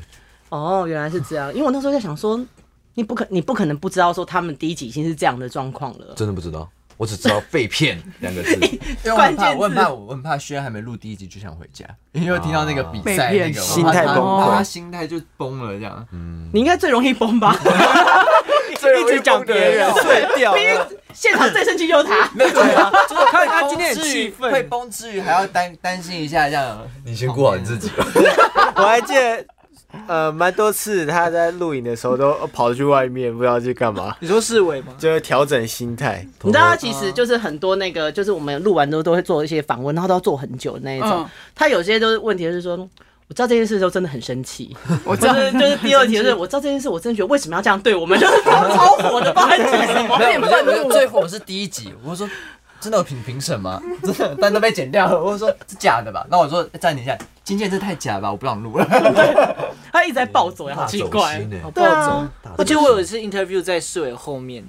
Speaker 3: 哦，原来是这样，因为我那时候在想说，你不可你不可能不知道说他们第一集已经是这样的状况了。
Speaker 1: 真的不知道，我只知道被骗两个字。
Speaker 6: 因为我很怕，
Speaker 3: 关键字
Speaker 6: 我很怕，我很怕轩还没录第一集就想回家，因为听到那个比赛
Speaker 2: 被骗
Speaker 6: 那个，
Speaker 5: 心态崩溃
Speaker 6: 我怕他心态就崩了这样。
Speaker 3: 你应该最容易 崩吧？
Speaker 5: 一直讲别人碎掉
Speaker 3: 因
Speaker 5: 了
Speaker 3: 为现场最生气就是他。
Speaker 6: 对啊，
Speaker 4: 就是看他今天很气
Speaker 6: 会
Speaker 4: 愤，
Speaker 6: 崩之余还要担担心一下这样。
Speaker 1: 你先顾好你自己吧。
Speaker 5: 我还记得，呃，蛮多次他在录影的时候都跑去外面，不知道去干嘛，
Speaker 4: 你说世伟吗？
Speaker 5: 就是调整心态。
Speaker 3: 你知道，他其实就是很多那个，就是我们录完之后都会做一些访问，然后都要做很久的那一种。
Speaker 2: 嗯
Speaker 3: 他有些都是问题，就是说我知道这件事的时候真的很生气，
Speaker 2: 我知
Speaker 3: 就
Speaker 2: 道，
Speaker 3: 是就是第二题就是我知道这件事，我真的觉得为什么要这样对我们， 就是超火的，不知道在讲什么。
Speaker 5: 没有，我就我就最火是第一集，我说真的有评评审吗？ 真的，但都被剪掉了。我说是假的吧？那我说暂停一下，今天这太假了吧，我不想录 了。
Speaker 3: 他一直在暴走，啊好奇怪。
Speaker 1: 好
Speaker 3: 对啊，
Speaker 1: 大
Speaker 4: 我记
Speaker 1: 走
Speaker 4: 得我有一
Speaker 1: 心
Speaker 4: 次 interview 在市委后面，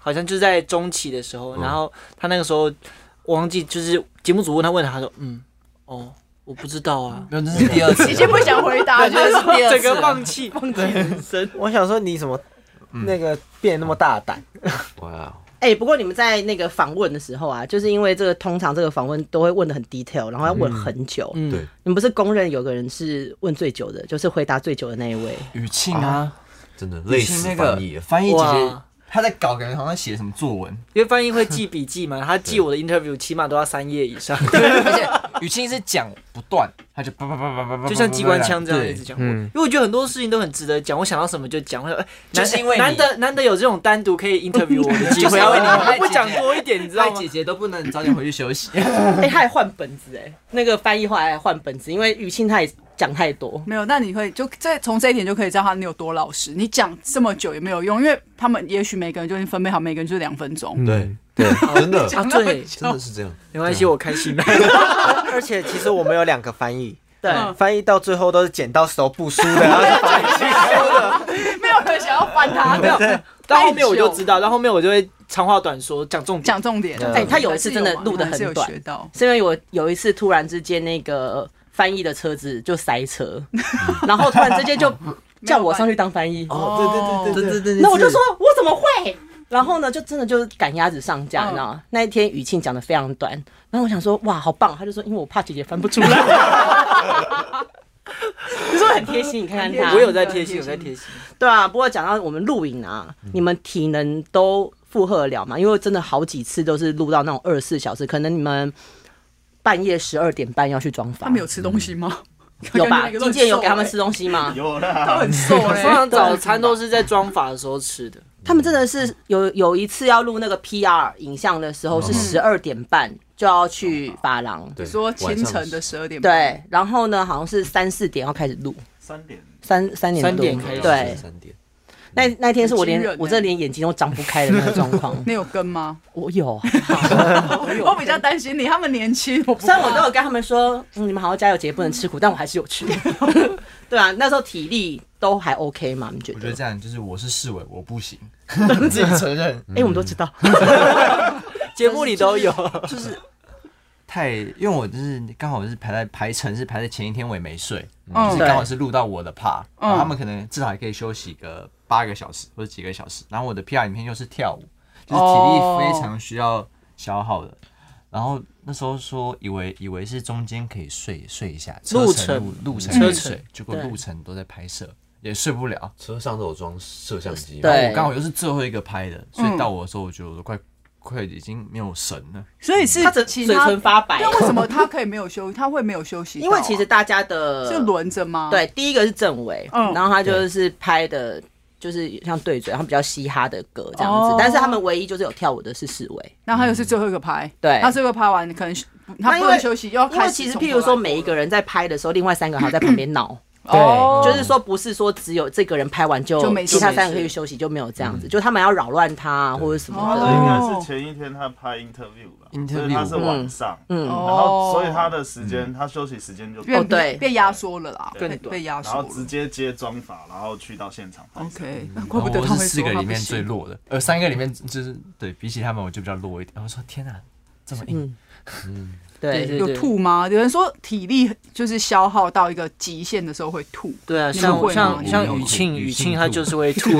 Speaker 4: 好像就在中期的时候，然后他那个时候我忘记，就是节目组问他问他，他说嗯，哦，我不知道啊，
Speaker 5: 没有，这是第二 次，
Speaker 2: 已经嗯不想回 答，就是
Speaker 5: 是第
Speaker 4: 整个放弃放弃人生。
Speaker 5: 我想说你怎么
Speaker 6: 嗯
Speaker 5: 那个变得那么大胆？
Speaker 1: 哇，
Speaker 3: 哎、不过你们在那个访问的时候啊，就是因为这个通常这个访问都会问的很 detail，然后要问很久。
Speaker 4: 嗯，
Speaker 1: 对
Speaker 3: 你们不是公认有个人是问最久的，就是回答最久的那一位。
Speaker 6: 语庆啊，
Speaker 1: 真的
Speaker 6: 语
Speaker 1: 累
Speaker 6: 庆
Speaker 1: 死
Speaker 6: 那
Speaker 1: 翻
Speaker 6: 个
Speaker 1: 译了，
Speaker 5: 哎
Speaker 6: 翻译姐姐
Speaker 4: 哇，
Speaker 6: 她在搞，感觉好像写什么作文。
Speaker 4: 因为翻译会记笔记嘛，他记我的 interview 起码都要三页以上，
Speaker 5: 而且语气是讲不断，
Speaker 6: 他就叭叭叭叭叭 叭，
Speaker 4: 就像机关枪这样一直
Speaker 6: 对
Speaker 4: 讲。因为我觉得很多事情都很值得讲，我想到什么就讲。我想，哎
Speaker 5: 就
Speaker 4: 难
Speaker 5: 是因为你
Speaker 4: 难得难得有这种单独可以 interview 我 的机
Speaker 5: 就是
Speaker 4: 会，
Speaker 5: 因
Speaker 4: 要
Speaker 5: 为
Speaker 4: 为
Speaker 5: 你
Speaker 4: 你
Speaker 5: 害
Speaker 4: 我
Speaker 5: 姐
Speaker 4: 讲
Speaker 5: 姐
Speaker 4: 多一点，你知道
Speaker 5: 害
Speaker 4: 吗
Speaker 5: 姐？姐都不能早点回去休息。
Speaker 3: 哎、他还换本子哎、那个翻译后来还换本子，因为语庆他也讲太多。
Speaker 2: 没有，那你会就这从这一点就可以知道他你有多老实。你讲这么久也没有用，因为他们也许每个人就已经分配好，每个人就两分钟。
Speaker 6: 嗯
Speaker 1: 对对，真的
Speaker 4: 啊，对，
Speaker 1: 真的是这样，
Speaker 4: 没关系，我开心。
Speaker 5: 而且其实我们有两个翻译，
Speaker 3: 对，
Speaker 2: 嗯
Speaker 5: 翻译到最后都是剪到手不输的，然后翻译
Speaker 2: 没有人想要翻 他
Speaker 4: 没有
Speaker 2: 的，，
Speaker 4: 到后面我就知道，到后面我就会长话短说，讲重点。
Speaker 2: 讲重点。
Speaker 3: 哎他有一次真的录得很
Speaker 2: 还是有
Speaker 3: 短
Speaker 2: 学到。
Speaker 3: 是因为我有一次突然之间那个翻译的车子就塞车，然后突然之间就叫我上去当翻译。
Speaker 2: 哦，对对对对对，
Speaker 3: 那我就说，我怎么会？然后呢，就真的就是赶鸭子上架，你知道吗？那一天雨庆讲的非常短，然后我想说，哇，好棒！他就说，因为我怕姐姐翻不出来。 你说很贴心，你看看他。
Speaker 4: 我有在贴心，有在贴心。
Speaker 3: 对啊，不过讲到我们露营啊，
Speaker 4: 嗯
Speaker 3: 你们体能都负荷得了吗？因为真的好几次都是录到那种二十四小时，可能你们半夜十二点半要去装
Speaker 2: 他
Speaker 3: 房
Speaker 2: 们，有吃东西吗？
Speaker 3: 嗯有吧？
Speaker 2: 感觉那个
Speaker 3: 经
Speaker 2: 都很
Speaker 3: 纪人有给他们
Speaker 2: 瘦
Speaker 3: 吃东西吗？
Speaker 7: 有
Speaker 2: 欸，他们，
Speaker 7: 啦
Speaker 2: 很瘦
Speaker 4: 通
Speaker 2: 嘞。
Speaker 4: 常早餐都是在装法的时候吃的，
Speaker 3: 他们真的是有有一次要录那个 PR 影像的
Speaker 4: 哦
Speaker 3: 时候，是十二点半就要去发廊，
Speaker 1: 对，
Speaker 2: 说
Speaker 1: 晚
Speaker 2: 清
Speaker 1: 上
Speaker 2: 晨的十二点，，
Speaker 3: 对，然后呢，好像是三四点要开始录，
Speaker 7: 三点
Speaker 3: 三三点多
Speaker 4: 三点开始
Speaker 3: 对，
Speaker 1: 三点，
Speaker 3: 那那天是我
Speaker 2: 很惊
Speaker 3: 连
Speaker 2: 人欸，
Speaker 3: 我这连眼睛都张不开的那个状 况
Speaker 2: 你有跟吗？
Speaker 3: 我有，啊
Speaker 2: 我比较担心你，他们年轻，我不
Speaker 3: 虽然我都有跟他们说，嗯你们好好加油，姐姐不能吃苦，但我还是有 去，对啊，那时候体力都还 OK 嘛，你觉
Speaker 6: 我觉得
Speaker 3: 得？
Speaker 6: 这样就是我是市委，我不 行，自己承认。
Speaker 3: 哎，我们都知道，
Speaker 6: 嗯
Speaker 4: 节目里都有。
Speaker 6: 就是太，因为我就是刚好是排在排程是排在前一天，我也没睡，
Speaker 2: 嗯
Speaker 6: 就是刚好是录到我的 part，、
Speaker 2: 嗯
Speaker 6: 然后他们可能至少还可以休息个八个小时或者几个小时，然后我的 PR 影片又是跳舞，就是体力非常需要消耗的。然后那时候说以为以为是中间可以睡睡一下，车
Speaker 4: 路
Speaker 6: 程
Speaker 4: 程
Speaker 6: 路程可以
Speaker 4: 车程
Speaker 6: 睡，结果
Speaker 3: 对
Speaker 6: 路程都在拍摄，也睡不了。
Speaker 1: 车上都有装摄像机嘛，
Speaker 3: 对
Speaker 6: 我刚好又是最后一个拍的，所以到我的时候，我觉得我都快快已经没有神了。
Speaker 2: 所以是
Speaker 3: 他只
Speaker 2: 其
Speaker 3: 嘴唇发白
Speaker 2: 那，为什么他可以没有休？他会没有休息到
Speaker 3: 因
Speaker 2: 啊？
Speaker 3: 为其实呃大家的
Speaker 2: 是轮着吗？，
Speaker 3: 对，第一个是政委，
Speaker 2: 嗯
Speaker 3: 然后他就是拍的，就是像对嘴，然后比较嘻哈的歌这样子。
Speaker 2: 哦
Speaker 3: 但是他们唯一就是有跳舞的是世伟，
Speaker 2: 然后他又是最后一个拍，
Speaker 3: 对
Speaker 2: 他最后一个拍完，可能他
Speaker 3: 因
Speaker 2: 不
Speaker 3: 为
Speaker 2: 能休息，又要
Speaker 3: 因为
Speaker 2: 哦开始
Speaker 3: 其实
Speaker 2: 从头来。
Speaker 3: 譬如说每一个人在拍的时候，另外三个还在旁边闹，
Speaker 2: 哦，
Speaker 3: 就是说不是说只有这个人拍完就
Speaker 2: 就没事
Speaker 3: 其他三个可以去休息，就没有这样
Speaker 6: 嗯
Speaker 3: 子，就他们要扰乱他啊或者什么
Speaker 7: 这
Speaker 3: 的。
Speaker 7: 应该
Speaker 2: 哦
Speaker 7: 是前一天他拍 interview 吧
Speaker 6: Interview
Speaker 7: 所以他是晚上，
Speaker 3: 嗯
Speaker 7: 然后所以他的时间他休息时间就
Speaker 2: 变
Speaker 3: 哦对
Speaker 2: 被压缩了啦，
Speaker 7: 对
Speaker 2: 被嗯被压
Speaker 7: 然
Speaker 2: 缩
Speaker 7: 后
Speaker 2: 了
Speaker 7: 直。接接妆法，然后去到现场拍摄。
Speaker 2: OK，
Speaker 6: 嗯然
Speaker 2: 怪
Speaker 6: 后
Speaker 2: 不得
Speaker 6: 哦我
Speaker 2: 他
Speaker 6: 是
Speaker 2: 会
Speaker 6: 四
Speaker 2: 说
Speaker 6: 个
Speaker 2: 他
Speaker 6: 里
Speaker 2: 不
Speaker 6: 面最
Speaker 2: 行。
Speaker 6: 弱的，呃，三个里面就是对比起他们，我就比较弱一点。然后说天哪，这么硬，
Speaker 3: 对
Speaker 4: 对
Speaker 2: 有吐吗？有人说体力就是消耗到一个极限的时候会吐，
Speaker 4: 对啊，
Speaker 2: 你
Speaker 4: 像
Speaker 2: 们会吗
Speaker 4: 像
Speaker 6: 我
Speaker 4: 像
Speaker 6: 没有
Speaker 4: 雨庆，
Speaker 6: 吐
Speaker 4: 雨
Speaker 6: 雨
Speaker 4: 庆
Speaker 6: 庆
Speaker 4: 他
Speaker 6: 吐
Speaker 4: 就是会吐。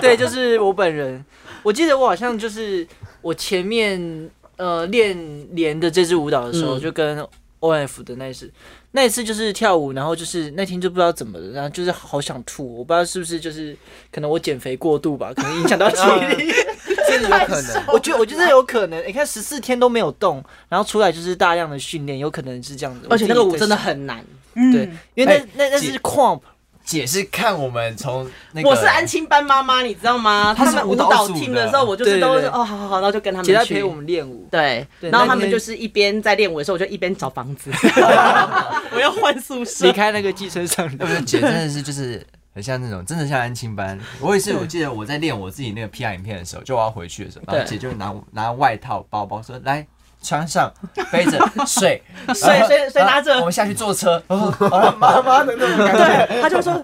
Speaker 4: 对，就是我本人。我记得我好像就是我前面呃练连的这支舞蹈的时候，
Speaker 3: 嗯
Speaker 4: 就跟 O F 的那一次，那一次就是跳舞，然后就是那天就不知道怎么了，然后就是好想吐，我不知道是不是就是可能我减肥过度吧，可能影响到体力。
Speaker 5: 真的有可能。
Speaker 4: 我觉得我觉得有可能，你看十四天都没有动，然后出来就是大量的训练，有可能是这样子。
Speaker 3: 而且那个
Speaker 4: 我
Speaker 3: 舞
Speaker 4: 自己
Speaker 3: 真
Speaker 4: 在
Speaker 2: 嗯
Speaker 3: 的很难，
Speaker 4: 对，因为那那那是 c r u m p
Speaker 6: 姐是看我们从那个
Speaker 3: 我是安亲班妈妈，你知道吗？
Speaker 6: 她
Speaker 3: 他
Speaker 6: 是
Speaker 3: 们
Speaker 6: 舞
Speaker 3: 舞
Speaker 6: 蹈
Speaker 3: 蹈
Speaker 6: 组
Speaker 3: team
Speaker 6: 的
Speaker 3: 的时候，我就是
Speaker 4: 对
Speaker 3: 都会
Speaker 4: 对
Speaker 3: 说哦，好好好，然后就跟他们
Speaker 4: 姐在
Speaker 3: 去
Speaker 4: 陪我们练舞，
Speaker 3: 对，
Speaker 4: 对
Speaker 3: 然后
Speaker 4: 那
Speaker 3: 他们
Speaker 4: 天
Speaker 3: 就是一边在练舞的时候，我就一边找房 子，我要换宿舍
Speaker 4: 离。开那个寄生上
Speaker 6: 我
Speaker 4: 流。
Speaker 6: 觉得 姐真的是就是很像那种，真的像安亲班。我也是，我记得我在练我自己那个 PR 影片的时候，就我要回去的时候，然后
Speaker 3: 对
Speaker 6: 姐就拿拿外套、包包说来。穿上，背着睡，
Speaker 3: 睡睡睡拿着
Speaker 6: 啊我们下去坐车。哦好了妈妈的那种感觉，
Speaker 3: 对，他就说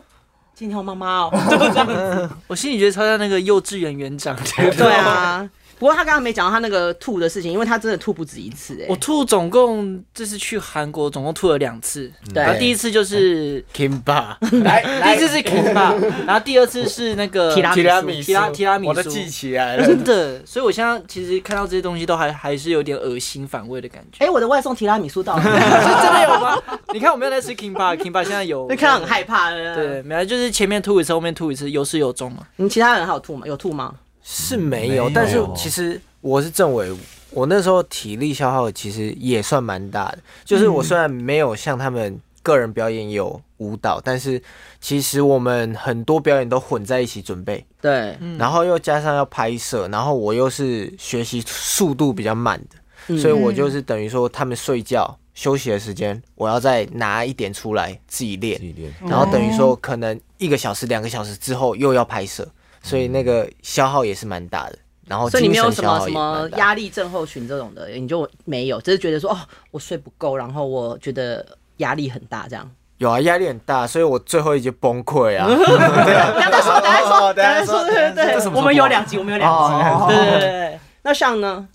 Speaker 3: 今天我妈妈哦，就这样子。
Speaker 4: 我心里觉得超像那个幼稚园园长。
Speaker 3: 对，啊，不过他刚刚没讲到他那个吐的事情，因为他真的吐不止一次哎、
Speaker 4: 我吐总共这次去韩国总共吐了两次，
Speaker 3: 对
Speaker 4: 然后第一次就是
Speaker 5: Kim 爸，
Speaker 4: 第一次是 k i m b a 然后第二次是那个
Speaker 3: 提拉
Speaker 5: 提拉
Speaker 4: 米
Speaker 5: 米
Speaker 4: 苏提拉提拉米苏
Speaker 5: 我都记起来了。
Speaker 4: 真的，所以我现在其实看到这些东西都还还是有点恶心反胃的感觉。
Speaker 3: 哎、我的外送提拉米苏到了，
Speaker 4: 是真的有吗？ 你看我没有在吃 King Bar，King Bar 现在有
Speaker 3: 就，看到很害怕了。
Speaker 4: 对，，没有，就是前面吐一次，后面吐一次，有始有终嘛。
Speaker 3: 你其他人还有吐吗？有吐吗？
Speaker 5: 是没有，
Speaker 6: 没有
Speaker 5: 但是其实我是政委，我那时候体力消耗其实也算蛮大的。就是
Speaker 6: 嗯
Speaker 5: 我虽然没有像他们个人表演有舞蹈，但是其实我们很多表演都混在一起准备，
Speaker 3: 对，
Speaker 5: 然后又加上要拍摄，然后我又是学习速度比较慢的，
Speaker 3: 嗯
Speaker 5: 所以我就是等于说他们睡觉休息的时间，我要再拿一点出来自己练。
Speaker 1: 历练。
Speaker 5: 然后等于说可能一个小时、两个小时之后又要拍摄，所以那个消耗也是蛮大的。然后
Speaker 3: 所以你
Speaker 5: 精
Speaker 3: 没有
Speaker 5: 神
Speaker 3: 什
Speaker 5: 消
Speaker 3: 么
Speaker 5: 耗
Speaker 3: 什
Speaker 5: 也
Speaker 3: 么
Speaker 5: 蛮大
Speaker 3: 压力症候群这种的，你就没有，只是觉得说哦，我睡不够，然后我觉得压力很大这样。
Speaker 5: 有啊，压力很大，所以我最后一节崩溃 啊。
Speaker 3: 等下再说，等下再说，等下再说，对
Speaker 6: 这
Speaker 3: 对
Speaker 6: 什
Speaker 3: 对，我
Speaker 6: 么
Speaker 3: 们有两集，我们有两集，对对对对。那上呢？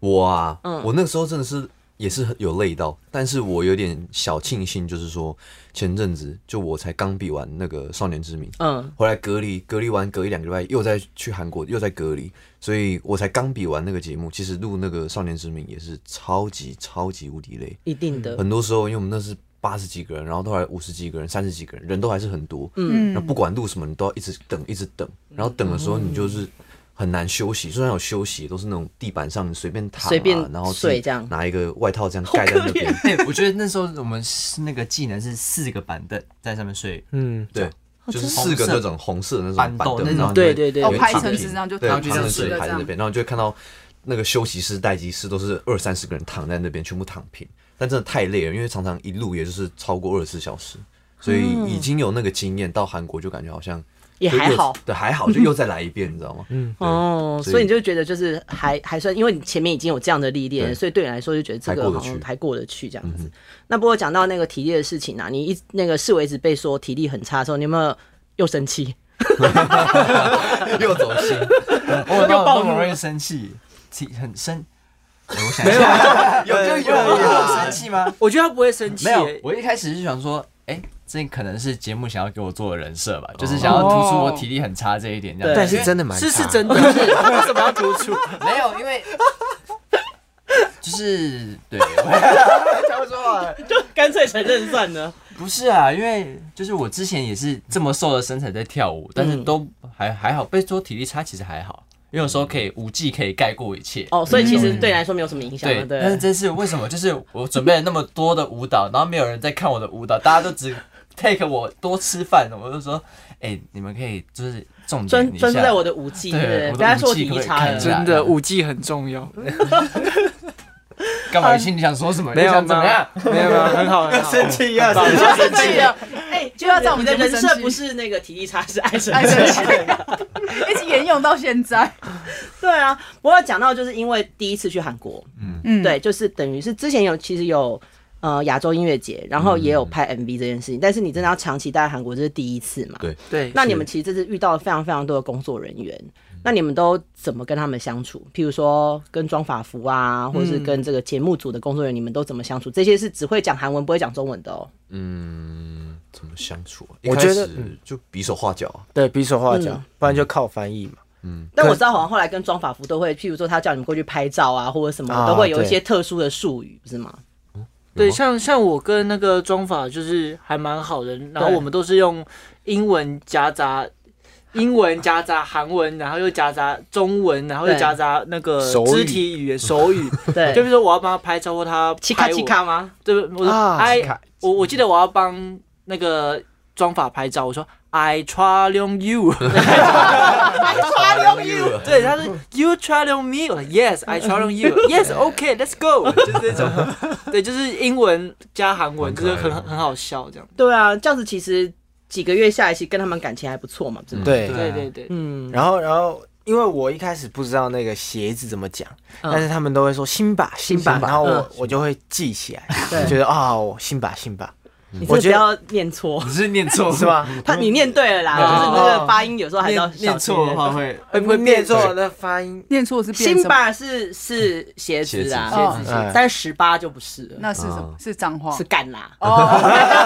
Speaker 1: 我啊，
Speaker 3: 嗯
Speaker 1: 我那个时候真的是也是很有累到，但是我有点小庆幸，就是说前阵子就我才刚比完那个《少年之名》，
Speaker 3: 嗯，
Speaker 1: 回来隔离，隔离完隔一两个礼拜又再去韩国，又在隔离，所以我才刚比完那个节目。其实录那个《少年之名》也是超级超级无敌累，
Speaker 3: 一定的，
Speaker 1: 很多时候因为我们那是八十几个人，然后后来五十几个人、三十几个人，人都还是很多，嗯，然后不管录什么，你都要一直等，一直等，然后等的时候你就是。很难休息，虽然有休息，都是那种地板上你随便躺、啊，
Speaker 3: 随便
Speaker 1: 然后自己
Speaker 3: 睡这样
Speaker 1: 拿一个外套这样盖在那边，
Speaker 6: 哎，我觉得那时候我们是那个技能是四个板凳在上面睡，
Speaker 5: 嗯，
Speaker 1: 对，就是四个那种红色的那种
Speaker 6: 板
Speaker 1: 板
Speaker 6: 凳
Speaker 1: 凳，
Speaker 6: 那种
Speaker 1: 然后
Speaker 4: 对对对
Speaker 1: 有一
Speaker 2: 哦排
Speaker 1: 躺
Speaker 2: 成
Speaker 1: 平
Speaker 2: 是这样就
Speaker 1: 对
Speaker 2: 躺
Speaker 1: 就
Speaker 6: 着
Speaker 1: 样
Speaker 6: 睡
Speaker 1: 睡
Speaker 2: 的
Speaker 1: 排
Speaker 2: 这
Speaker 1: 在
Speaker 2: 样
Speaker 1: 那边，然后就会看到那个休息室、待机室都是二三十个人躺在那边，全部躺平，但真的太累了，因为常常一路也就是超过二十四小时，所以已经有那个经验，到韩国就感觉好像
Speaker 3: 也
Speaker 1: 就又
Speaker 3: 还好，
Speaker 1: 对，还好，就又再来一遍，你知道吗？嗯，
Speaker 3: 哦，
Speaker 1: 所以
Speaker 3: 所以你就觉得就是还还算，因为你前面已经有这样的历练，
Speaker 1: 对
Speaker 3: 所以对你来说就觉得这
Speaker 1: 还
Speaker 3: 个
Speaker 1: 过得
Speaker 3: 好
Speaker 1: 去
Speaker 3: 像还过得去这样
Speaker 6: 嗯
Speaker 3: 子。那不过讲到那个体力的事情啊，你一那个视为一直被说体力很差的时候，你有没有又生气？
Speaker 1: 又走心，
Speaker 6: 呃我有那么容易生气，气很生。哎我想一下，
Speaker 1: 有就
Speaker 6: 有有有生气吗？
Speaker 4: 我觉得他不会生气、
Speaker 6: 没有
Speaker 4: 欸，
Speaker 6: 我一开始是想说，哎、这可能是节目想要给我做的人设吧，就是想要突出我体力很差这一点，这样。
Speaker 5: 但是真的蛮
Speaker 4: 是是
Speaker 5: 差
Speaker 4: 真的，是为什么要突出？
Speaker 6: 没有，因为 就是对，
Speaker 3: 就 干脆承认算了。
Speaker 6: 不是啊，因为就是我之前也是这么瘦的身材在跳舞，但是都还还好，被说体力差其实还好，因为有时候可以舞技可以盖过一切。
Speaker 3: 哦，所以其实对你来说没有什么影响
Speaker 6: 嗯对
Speaker 3: 了，，
Speaker 6: 但是
Speaker 3: 对。
Speaker 6: 这次为什么？就是我准备了那么多的舞蹈，然后没有人在看我的舞蹈，大家都只 take 我多吃饭，我就说，哎、你们可以就是重点
Speaker 3: 专
Speaker 6: 一下
Speaker 3: 专注在我的武技，
Speaker 6: 对
Speaker 3: 对不
Speaker 6: 我
Speaker 3: 对？
Speaker 6: 的
Speaker 3: 不要说我
Speaker 6: 武技
Speaker 3: 体
Speaker 6: 可
Speaker 3: 力
Speaker 6: 以
Speaker 3: 差
Speaker 6: 看
Speaker 3: 了
Speaker 6: 出。来
Speaker 4: 真的舞技很重要，
Speaker 6: 干嘛？心里想说什么？
Speaker 4: 没有
Speaker 6: 你想怎么样？
Speaker 4: 没有没 有，很好很好。
Speaker 6: 气啊！
Speaker 3: 你就生气了，哎，就要在我们的
Speaker 2: 你的
Speaker 3: 人
Speaker 2: 人
Speaker 3: 设
Speaker 2: 设
Speaker 3: 不是那个体力差， 是爱生
Speaker 2: 爱
Speaker 3: 气
Speaker 2: 生。气，哎 一直沿用到现在。
Speaker 3: 对啊，不过讲到就是因为第一次去韩国，
Speaker 2: 嗯，
Speaker 3: 对，就是等于是之前有其实有呃亚洲音乐节，然后也有拍 MV 这件事情，但是你真的要长期待在韩国，这是第一次嘛？
Speaker 1: 对
Speaker 4: 对，
Speaker 3: 那你们其实这次遇到了非常非常多的工作人员，那你们都怎么跟他们相处？譬如说跟装法服啊，或者是跟这个节目组的工作人员，你们都怎么相处？这些是只会讲韩文不会讲中文的哦。
Speaker 1: 嗯，怎么相处啊？
Speaker 5: 我觉得嗯
Speaker 1: 一开始就比手画脚啊，
Speaker 5: 对，比手画脚
Speaker 3: 嗯，
Speaker 5: 不然就靠翻译嘛。
Speaker 3: 但我知道好像后来跟装法服都会，譬如说他叫你们过去拍照啊，或者什么，
Speaker 5: 啊
Speaker 3: 都会有一
Speaker 5: 对
Speaker 3: 些特殊的术语，不是吗？
Speaker 4: 对，
Speaker 3: 嗯
Speaker 1: 有吗
Speaker 4: 像像我跟那个妆法就是还蛮好的，然后我们都是用英文夹杂。英文夹杂韩文，然后又夹杂中文，然后又
Speaker 3: 对
Speaker 4: 夹杂那个
Speaker 5: 手语
Speaker 4: 肢体 语言、手语。
Speaker 3: 对，
Speaker 4: 就比如说我要帮他拍照或他
Speaker 3: 七
Speaker 4: 拍
Speaker 3: 卡
Speaker 4: 我
Speaker 3: 七，卡吗？
Speaker 4: 对，我
Speaker 5: 啊
Speaker 4: 哎
Speaker 5: 七卡，
Speaker 4: 我我记得我要帮那个妆法拍照，我说 I try on you，
Speaker 1: I love you，
Speaker 4: 对，他说 You try on me，我说 Yes I try on you，Yes，OK，Let's、go，就是这种， 对，就是英文加韩文，
Speaker 1: 蛮
Speaker 4: 就
Speaker 1: 可
Speaker 4: 是
Speaker 1: 爱的
Speaker 4: 很很好笑这样。
Speaker 3: 对啊，这样子其实几个月下来，其实跟他们感情还不错嘛，真的。
Speaker 5: 对
Speaker 4: 对对对，
Speaker 3: 嗯，
Speaker 5: 然后，然后，因为我一开始不知道那个鞋子怎么讲，但是他们都会说新吧，新吧，然后我、我就会记起来，觉得啊，我新吧，新吧，
Speaker 3: 你
Speaker 5: 我觉得
Speaker 3: 真的不
Speaker 5: 嗯
Speaker 3: 要念错，
Speaker 6: 只是念 错
Speaker 5: 是？吗？
Speaker 3: 他你念对了啦，
Speaker 5: 嗯
Speaker 3: 就是那个发音有时候还是
Speaker 5: 哦
Speaker 3: 要
Speaker 6: 念
Speaker 3: 小
Speaker 6: 念
Speaker 3: 心
Speaker 6: 错的话
Speaker 3: 点。
Speaker 6: 会
Speaker 5: 会不会念错那发音？
Speaker 2: 念错是变
Speaker 3: 辛
Speaker 2: 什么？
Speaker 3: 巴是是鞋子
Speaker 2: 鞋
Speaker 3: 啊，
Speaker 2: 子鞋子
Speaker 5: 嗯
Speaker 3: 但是十八就不是了，
Speaker 2: 那是什
Speaker 6: 哦
Speaker 2: 么？是脏话
Speaker 3: 是。干啦。 哦，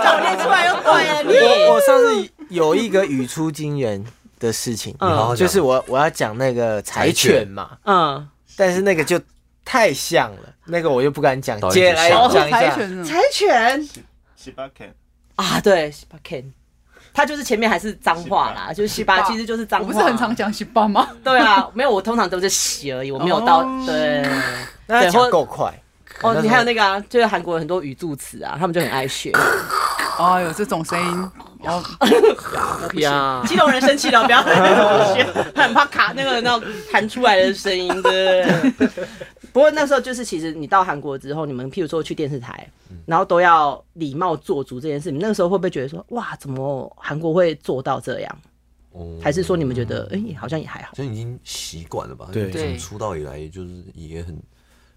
Speaker 3: 叫我念出来就
Speaker 2: 哦
Speaker 3: 对了，
Speaker 5: 我
Speaker 3: 你
Speaker 5: 我上次有一个语出惊人的事情，
Speaker 1: 你好好嗯讲
Speaker 5: 嗯就是我我要讲那个柴犬嘛，
Speaker 3: 嗯，
Speaker 5: 但是那个就太像了，那个我就不敢讲。
Speaker 1: 导演
Speaker 5: 接来
Speaker 1: 就笑
Speaker 5: 讲一
Speaker 2: 哦柴
Speaker 5: 下，
Speaker 2: 犬 是什么
Speaker 3: 柴犬
Speaker 7: 十八 K，
Speaker 3: 啊，对，Ken，他就是前面还是脏话啦，就是西巴
Speaker 2: 西巴
Speaker 3: 其实就是脏
Speaker 2: 我
Speaker 3: 话，
Speaker 2: 不是很常讲西巴吗？
Speaker 3: 对啊，没有，我通常都是洗而已，我没有到
Speaker 2: 哦
Speaker 3: 对。
Speaker 5: 那他
Speaker 3: 对或
Speaker 5: 讲够快，
Speaker 3: 哦，你还有那个啊，就是韩国很多语助词啊，他们就很爱学。
Speaker 2: 哦，有这种声音，然后
Speaker 4: 呀，
Speaker 3: 激动人生气了，不要再学，很怕卡那个那种弹出来的声音，对不对？不过那时候就是，其实你到韩国之后，你们譬如说去电视台，然后都要礼貌做足这件事。你那个时候会不会觉得说，哇，怎么韩国会做到这样？
Speaker 1: 哦
Speaker 3: 还是说你们觉得，哎、好像也还好？
Speaker 1: 所以已经习惯了吧？
Speaker 5: 对
Speaker 1: 从出道以来就是也很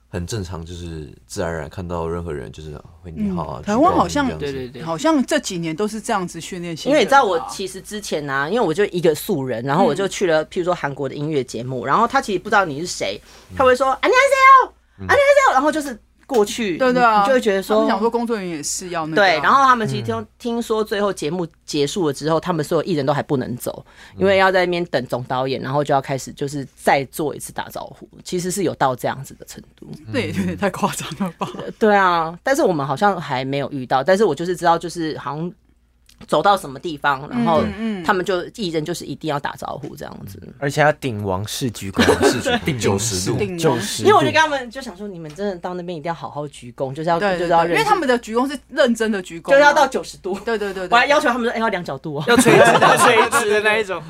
Speaker 1: 很正常，就是自然而然看到任何人就是会你好啊。
Speaker 2: 嗯台湾
Speaker 1: 举报
Speaker 2: 好像
Speaker 1: 你这样子
Speaker 4: 对对对，
Speaker 2: 好像这几年都是这样子训练新
Speaker 3: 因
Speaker 2: 人吧。
Speaker 3: 为你知道，我其实之前啊，因为我就一个素人，然后
Speaker 2: 嗯
Speaker 3: 我就去了，譬如说韩国的音乐节目，然后他其实不知道你是谁，
Speaker 2: 嗯
Speaker 3: 他会说안녕하세요，안녕하세요，然后就是过去，
Speaker 2: 对对啊，
Speaker 3: 你就会觉得
Speaker 2: 他
Speaker 3: 说
Speaker 2: 们，想说工作人员也是要那个啊、
Speaker 3: 对，然后他们其实听、听说最后节目结束了之后，他们所有艺人都还不能走，
Speaker 2: 嗯
Speaker 3: 因为要在那边等总导演，然后就要开始就是再做一次打招呼，其实是有到这样子的程度。
Speaker 2: 这也有点太夸张了吧？
Speaker 3: 对啊，但是我们好像还没有遇到，但是我就是知道，就是好像走到什么地方，然后
Speaker 2: 嗯
Speaker 3: 他们就艺人就是一定要打招呼这样子，
Speaker 5: 而且要顶王市局管。
Speaker 1: 是九十度，
Speaker 2: 顶
Speaker 5: 就
Speaker 2: 多
Speaker 5: 是
Speaker 3: 因为我就跟他们就想说，你们真的到那边一定要好好鞠躬，就是要
Speaker 2: 对
Speaker 3: 就
Speaker 2: 对
Speaker 3: 是要
Speaker 2: 对，因
Speaker 3: 认
Speaker 2: 为
Speaker 3: 真，
Speaker 2: 他们的鞠躬是认真的鞠躬啊，
Speaker 3: 就是要到九十度。
Speaker 2: 对对对
Speaker 3: 我还
Speaker 2: 对，
Speaker 3: 要求他们说，哎、要量角度哦。
Speaker 4: 要垂直的垂直的那一种，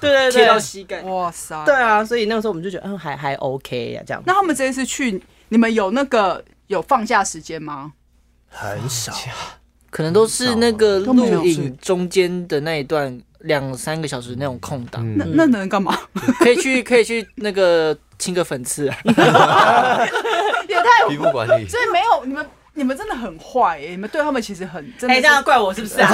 Speaker 3: 对 对
Speaker 4: 贴到
Speaker 3: 对，
Speaker 4: 膝盖。
Speaker 2: 哇塞，
Speaker 3: 对啊，所以那个时候我们就觉得，嗯，还还 OK 啊，这样。
Speaker 2: 那他们这一次去，你们有那个有放假时间吗？
Speaker 5: 很少，
Speaker 4: 可能都是那个
Speaker 2: 都没有
Speaker 4: 录影中间的那一段两三个小时那种空档，
Speaker 3: 嗯
Speaker 2: 那那能干 嘛？
Speaker 4: 可以去 可以去那个清个粉 刺啊，
Speaker 2: 也太
Speaker 3: 嗯
Speaker 1: 皮肤管 理
Speaker 2: 所以没有你们，你们真的很坏欸耶、你们对他们其实很真的
Speaker 3: 哎、
Speaker 2: 是。
Speaker 3: 这样怪我是不是啊？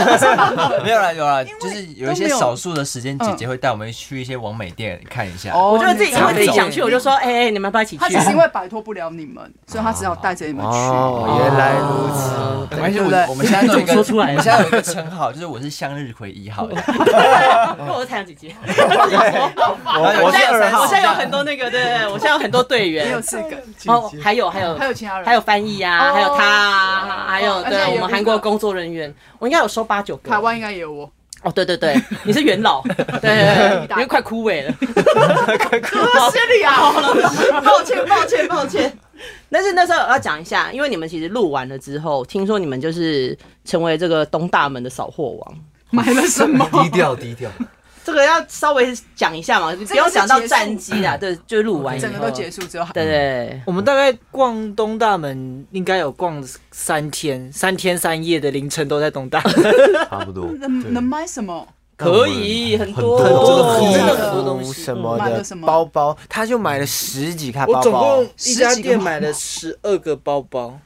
Speaker 6: 没有啦有啦，
Speaker 2: 为
Speaker 6: 就是有一些少数的时间，姐姐会带我们去一些网美店看一下。
Speaker 2: 哦，
Speaker 3: 我就自己因为自己想
Speaker 2: 讲
Speaker 3: 去，我就说，哎、哎、你们要不要一起去？
Speaker 2: 他只 是因为摆脱不了你们，所以他只好带着你们去。
Speaker 5: 哦，原来如此。
Speaker 6: 没关系，
Speaker 2: 对不对
Speaker 6: 我我们现 在都有一个，
Speaker 3: 说出
Speaker 6: 我
Speaker 3: 来了
Speaker 6: 们现在有一个称号，就是我是向日葵一 号。
Speaker 3: 因为我是太阳姐姐，
Speaker 5: 我
Speaker 3: 我
Speaker 5: 我是
Speaker 3: 现在有
Speaker 5: 二号，
Speaker 3: 我现在有很多那个，对对对，我现在有很多队员，
Speaker 2: 也有四个，
Speaker 3: 哦，还有还有
Speaker 2: 还有其他人，
Speaker 3: 还有翻译啊，
Speaker 2: 哦
Speaker 3: 还有他啊，还有
Speaker 2: 哦而且
Speaker 3: 对
Speaker 2: 有
Speaker 3: 我
Speaker 2: 一个
Speaker 3: 们韩国工作人员，我应该有收八九个。
Speaker 2: 台湾应该也有我。
Speaker 3: 哦，对对对，你是元老，对对对， 因为快枯萎了，
Speaker 2: 我心里啊，
Speaker 3: 抱歉抱歉抱歉。 但是那时候我要讲一下，因为你们其实录完了之后，听说你们就是成为这个东大门的扫货王，
Speaker 2: 买了什么？
Speaker 1: 低调低调，
Speaker 3: 这个要稍微讲一下嘛，不用讲到战绩啦，对，就是录完以后
Speaker 2: 整个都结束之后，
Speaker 3: 对对
Speaker 4: 我们大概逛东大门，应该有逛三天，三天三夜的凌晨都在东大 门，
Speaker 1: 差不多。
Speaker 2: 能能买什么？
Speaker 3: 可以
Speaker 1: 很
Speaker 3: 很多
Speaker 1: 很
Speaker 4: 哦
Speaker 1: 多
Speaker 4: 真的
Speaker 5: 很
Speaker 4: 很
Speaker 5: 多
Speaker 4: 多
Speaker 5: 东
Speaker 4: 东
Speaker 5: 西，
Speaker 4: 西
Speaker 5: 什么
Speaker 2: 买了
Speaker 5: 的
Speaker 2: 什么
Speaker 5: 包包，他就买了十几卡包包，
Speaker 4: 一
Speaker 2: 家店买
Speaker 4: 了十二个包包，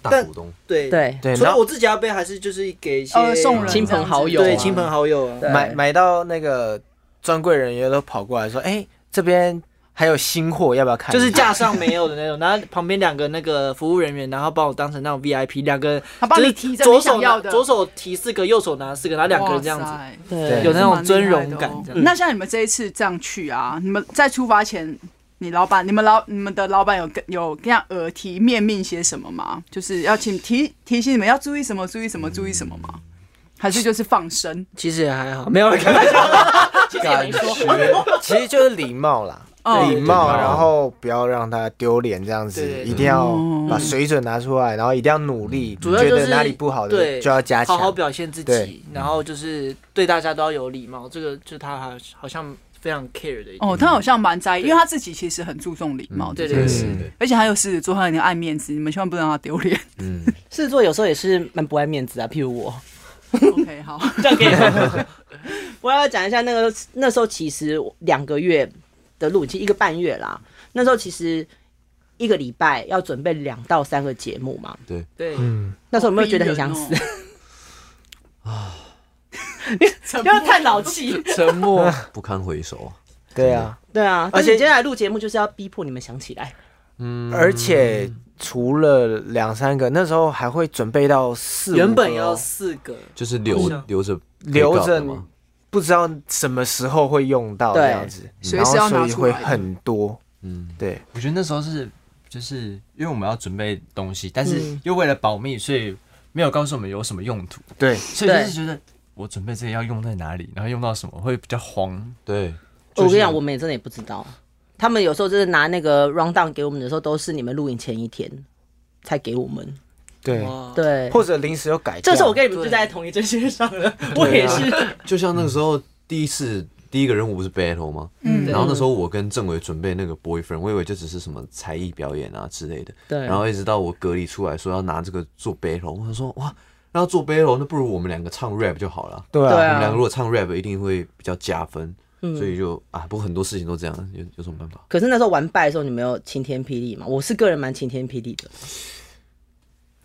Speaker 1: 大股东，
Speaker 4: 对
Speaker 3: 对，
Speaker 5: 对，
Speaker 4: 除
Speaker 5: 然
Speaker 4: 了
Speaker 5: 后
Speaker 4: 我自己要背，还是就是给一些
Speaker 2: 呃，送人
Speaker 3: 亲朋好友啊
Speaker 4: 对亲朋好友啊。
Speaker 5: 买买到那个专柜人员都跑过来说，哎，这边还有新货，要不要看？
Speaker 4: 就是架上没有的那种，然后旁边两个那个服务人员，然后把我当成那种 VIP，两个人
Speaker 2: 他帮你
Speaker 4: 就是
Speaker 2: 提着
Speaker 4: 左
Speaker 2: 你想
Speaker 4: 手
Speaker 2: 要
Speaker 4: 拿
Speaker 2: 的
Speaker 4: 左手提四个，右手拿四个，然后两个人这样子，
Speaker 2: 子。
Speaker 5: 对
Speaker 3: 对
Speaker 4: 有那种尊荣感
Speaker 2: 蛮厉害
Speaker 4: 这
Speaker 2: 的
Speaker 4: 样
Speaker 2: 哦。那像你们这一次这样去啊，你们在出发前，你老板、你们老、你们的老板有跟有跟样耳提面命些什么吗？就是要请提提醒你们要注意什么、注意什么、注意什么吗？还是就是放生？
Speaker 4: 其实也还好，没有开玩笑。
Speaker 3: 其实也没说。
Speaker 5: 其实就是礼貌啦，礼
Speaker 2: 哦，
Speaker 5: 貌，
Speaker 1: 对
Speaker 5: 然后不要让他丢脸，这样子
Speaker 4: 对嗯
Speaker 5: 一定要
Speaker 2: 嗯
Speaker 5: 把水准拿出来，然后一定要努力，
Speaker 4: 主要
Speaker 5: 觉
Speaker 4: 就是
Speaker 5: 得哪里不好的
Speaker 4: 对
Speaker 5: 就要加
Speaker 4: 好好
Speaker 5: 强。
Speaker 4: 表现自
Speaker 5: 对
Speaker 4: 己，然后就是对大家都要有礼貌，这个就是他好好像非常 care 的一点。
Speaker 2: 哦，他好像蛮在意，因为他自己其实很注重礼
Speaker 3: 嗯
Speaker 2: 貌
Speaker 4: 对
Speaker 2: 这件
Speaker 4: 对
Speaker 2: 事，
Speaker 4: 对，
Speaker 5: 嗯
Speaker 2: 而且还有狮子座，他有点爱面子，你们千万不能让他丢 脸。
Speaker 1: 嗯，
Speaker 3: 狮子座有时候也是蛮不爱面子啊，譬如我。
Speaker 2: OK，好，
Speaker 3: 这样可以吗。 我要讲一下那个那时候其实两个月的录影期，一个半月啦。那时候其实一个礼拜要准备两到三个节目嘛。
Speaker 4: 对，
Speaker 6: 嗯
Speaker 5: 嗯
Speaker 3: 那时候有没有觉得很想死？
Speaker 2: 不
Speaker 3: 不要太老气。
Speaker 4: 沉默，
Speaker 1: 不堪回首啊。
Speaker 5: 对啊，
Speaker 3: 对啊，
Speaker 5: 而
Speaker 3: 而
Speaker 5: 且
Speaker 3: 且接下来录节目就是要逼迫你们想起来。
Speaker 5: 而且除了两三个，那时候还会准备到四五个哦，
Speaker 4: 原本要四个，
Speaker 1: 就是
Speaker 4: 好
Speaker 1: 留
Speaker 2: 啊
Speaker 4: 像
Speaker 1: 留着
Speaker 5: 留
Speaker 1: 被告
Speaker 5: 着
Speaker 1: 的嘛，
Speaker 5: 不知道什么时候会用到
Speaker 3: 对
Speaker 5: 这样子，
Speaker 2: 随
Speaker 5: 然
Speaker 2: 时要
Speaker 5: 后所
Speaker 2: 拿
Speaker 5: 以
Speaker 2: 出
Speaker 5: 会
Speaker 2: 来
Speaker 5: 很多。
Speaker 1: 嗯，
Speaker 5: 对，
Speaker 6: 我觉得那时候是就是因为我们要准备东西，但是
Speaker 3: 嗯
Speaker 6: 又为了保密，所以没有告诉我们有什么用途，
Speaker 5: 对，
Speaker 6: 所以就
Speaker 3: 对
Speaker 6: 是觉得我准备这些要用在哪里，然后用到什么会比较慌。
Speaker 1: 对，
Speaker 3: 我跟你讲，我们也真的也不知道。他们有时候就是拿那个 round down 给我们的时候，都是你们录影前一天才给我们。
Speaker 5: 对，
Speaker 4: 哇，
Speaker 3: 对，
Speaker 5: 或者临时又改掉。
Speaker 3: 这时候我跟你们就在同一阵线上了。我也是，
Speaker 1: 就像那个时候第一次第一个任务不是 battle 吗？
Speaker 2: 嗯
Speaker 1: 然后那时候我跟政委准备那个 boyfriend，我以为就只是什么才艺表演啊之类的。
Speaker 3: 对
Speaker 1: 然后一直到我隔离出来说要拿这个做 battle，我想说哇，那要做 battle，那不如我们两个唱 rap 就好了。
Speaker 5: 对
Speaker 3: 对
Speaker 5: 啊，
Speaker 1: 我们两
Speaker 3: 啊
Speaker 1: 个如。果唱 rap 一定会比较加分，
Speaker 3: 嗯
Speaker 1: 所以就啊，不过很多事情都这样，有有什么办法？
Speaker 3: 可是那时候玩败的时候，你没有晴天霹雳嘛？我是个人蛮晴天霹雳的，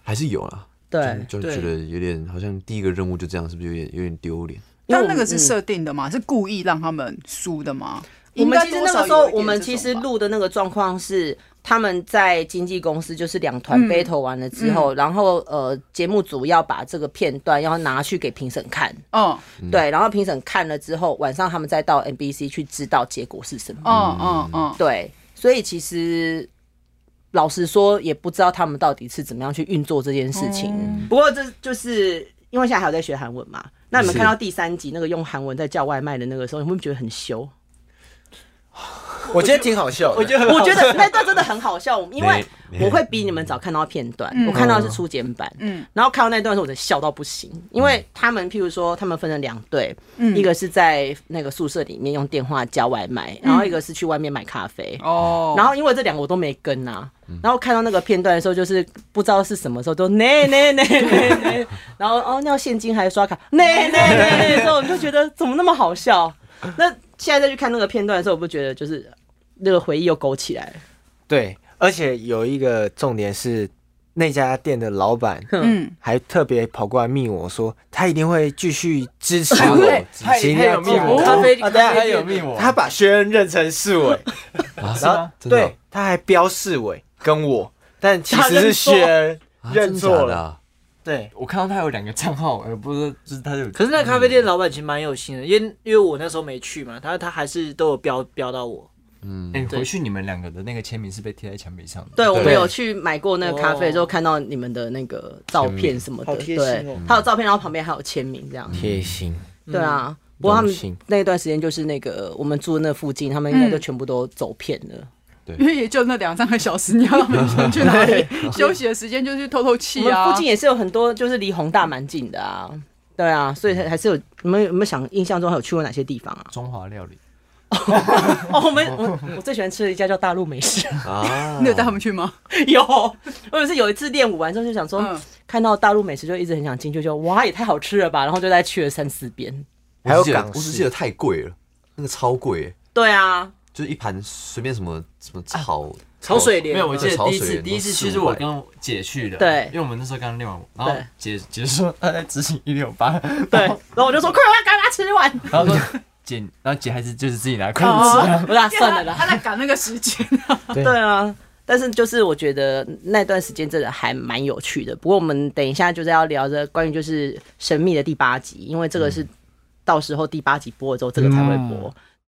Speaker 1: 还是有啦，
Speaker 3: 对，
Speaker 1: 就就觉得有点好像第一个任务就这样，是不是有点有点丢 脸？
Speaker 2: 但那个是
Speaker 3: 社，
Speaker 2: 设定的嘛？是故意让他们输的吗？
Speaker 3: 嗯我们其实
Speaker 2: 应该
Speaker 3: 那
Speaker 2: 多少
Speaker 3: 个时候
Speaker 2: 有一点这种吧
Speaker 3: 我们其实录的那个状况是，他们在经纪公司就是两团 battle 完了之后，然后呃节目组要把这个片段要拿去给评审看，
Speaker 2: 嗯
Speaker 3: 对，然后评审看了之后，晚上他们再到 NBC 去知道结果是什么，
Speaker 2: 嗯嗯嗯，
Speaker 3: 对，所以其实。老实说，也不知道他们到底是怎么样去运作这件事
Speaker 2: 哦
Speaker 3: 情。
Speaker 1: 嗯
Speaker 3: 不过这就是因为现在还有在学韩文嘛。那你们
Speaker 1: 是
Speaker 3: 看到第三集那个用韩文在叫外卖的那个时候，你会不会觉得 很羞？
Speaker 5: 我觉得挺好笑的。
Speaker 3: 觉得，我觉得那段真的很好笑，因为
Speaker 1: 没
Speaker 3: 我会比你们早看到片段，
Speaker 2: 嗯
Speaker 3: 我看到的是初剪版，
Speaker 2: 嗯
Speaker 3: 嗯，然后看到那段的时候，我就笑到不行，因
Speaker 1: 嗯
Speaker 3: 为他们譬如说，他们分成两队，
Speaker 2: 嗯
Speaker 3: 一个是在那个宿舍里面用电话叫外卖，
Speaker 2: 嗯
Speaker 3: 然后一个是去外面买咖啡，
Speaker 2: 哦，
Speaker 3: 然后因为这两个我都没跟啊，然后看到那个片段的时候，就是不知道是什么时候都那那那那那，然后哦，那要现金还是刷卡？那那那那时候，我就觉得怎么那么好笑？那现在再去看那个片段的时候，我不觉得就是那个回忆又勾起来了。
Speaker 5: 对，而且有一个重点是，那家店的老板
Speaker 2: 嗯，
Speaker 5: 还特别跑过来密我说，他一定会继续支持
Speaker 1: 啊
Speaker 5: 我
Speaker 1: 对，
Speaker 6: 他
Speaker 5: 请
Speaker 6: 他
Speaker 5: 一定要支持
Speaker 6: 有密我，
Speaker 4: 哦咖啡
Speaker 6: 啊，对啊，
Speaker 4: 咖
Speaker 6: 他
Speaker 4: 啡
Speaker 6: 有
Speaker 4: 店
Speaker 6: 密我，
Speaker 5: 他把薛恩认成世伟，
Speaker 1: 啊，
Speaker 5: 然后
Speaker 1: 真的哦
Speaker 5: 对，他还标世伟跟我，但其实是薛恩
Speaker 1: 啊
Speaker 5: 认
Speaker 1: 真的
Speaker 5: 错
Speaker 1: 假
Speaker 5: 了
Speaker 1: 的啊
Speaker 5: 对，
Speaker 6: 我看到他有两个账号，而不是就是他有
Speaker 4: 可是那咖啡店老板其实蛮有心的，因为因为我那时候没去嘛，他他还是都有标标到我，
Speaker 1: 嗯
Speaker 6: 哎、
Speaker 4: 对
Speaker 6: 回去你们两个的那个签名是被贴在墙壁上的。？
Speaker 3: 对，我们
Speaker 5: 对
Speaker 3: 有去买过那个咖啡的时候，
Speaker 4: 哦
Speaker 3: 看到你们的那个照片什么的，
Speaker 4: 好贴心
Speaker 3: 对
Speaker 4: 哦，
Speaker 3: 还有照片，然后旁边还有签名这样。
Speaker 5: 贴心，
Speaker 3: 对啊，不过他们
Speaker 5: 用心
Speaker 3: 那一段时间就是那个我们住的那附近，他们应该都全部都走遍了。
Speaker 2: 因为也就那两三个小时，你要让他们先去哪里休息的时间就去透透
Speaker 3: 我
Speaker 2: 气
Speaker 3: 们
Speaker 2: 啊
Speaker 3: 附。近也是有很多，就是离宏大蛮近的啊。对啊，所以还是有你们有没有想印象中还有去过哪些地方啊
Speaker 6: 中华料理，
Speaker 3: 哦，我们我我最喜欢吃的一家叫大陆美食，
Speaker 1: 啊，
Speaker 2: 你有带他们去吗？
Speaker 3: 有，我也是有一次练舞完之后就想说，
Speaker 2: 嗯
Speaker 3: 看到大陆美食就一直很想进去，就哇也太好吃了吧，然后就再去了三四遍。
Speaker 1: 我
Speaker 5: 还有
Speaker 1: 只记得
Speaker 5: 港
Speaker 1: 我只
Speaker 5: 式
Speaker 1: 记得太贵了，那个超贵耶，
Speaker 3: 对啊，
Speaker 1: 就是一盘随便什么什么炒
Speaker 4: 潮水啊莲
Speaker 6: 没有，我记得第一
Speaker 1: 潮水
Speaker 6: 次
Speaker 1: 人
Speaker 6: 第一次去是我跟姐去的，
Speaker 3: 对
Speaker 6: 因为我们那时候刚练完舞，然
Speaker 3: 对
Speaker 6: 后姐姐说她在执行一六八，
Speaker 3: 对，然后我就说快快赶快吃完，
Speaker 6: 然后 说姐，然后姐还是就是自己 拿筷子吃啊，
Speaker 3: 我说算了啦，
Speaker 2: 他在赶那个时间。
Speaker 3: 对啊。但是就是我觉得那段时间真的还蛮有趣的。不过我们等一下就是要聊着关于就是神秘的第八集，因为这个是到时候第八集播了之后，这个才会播。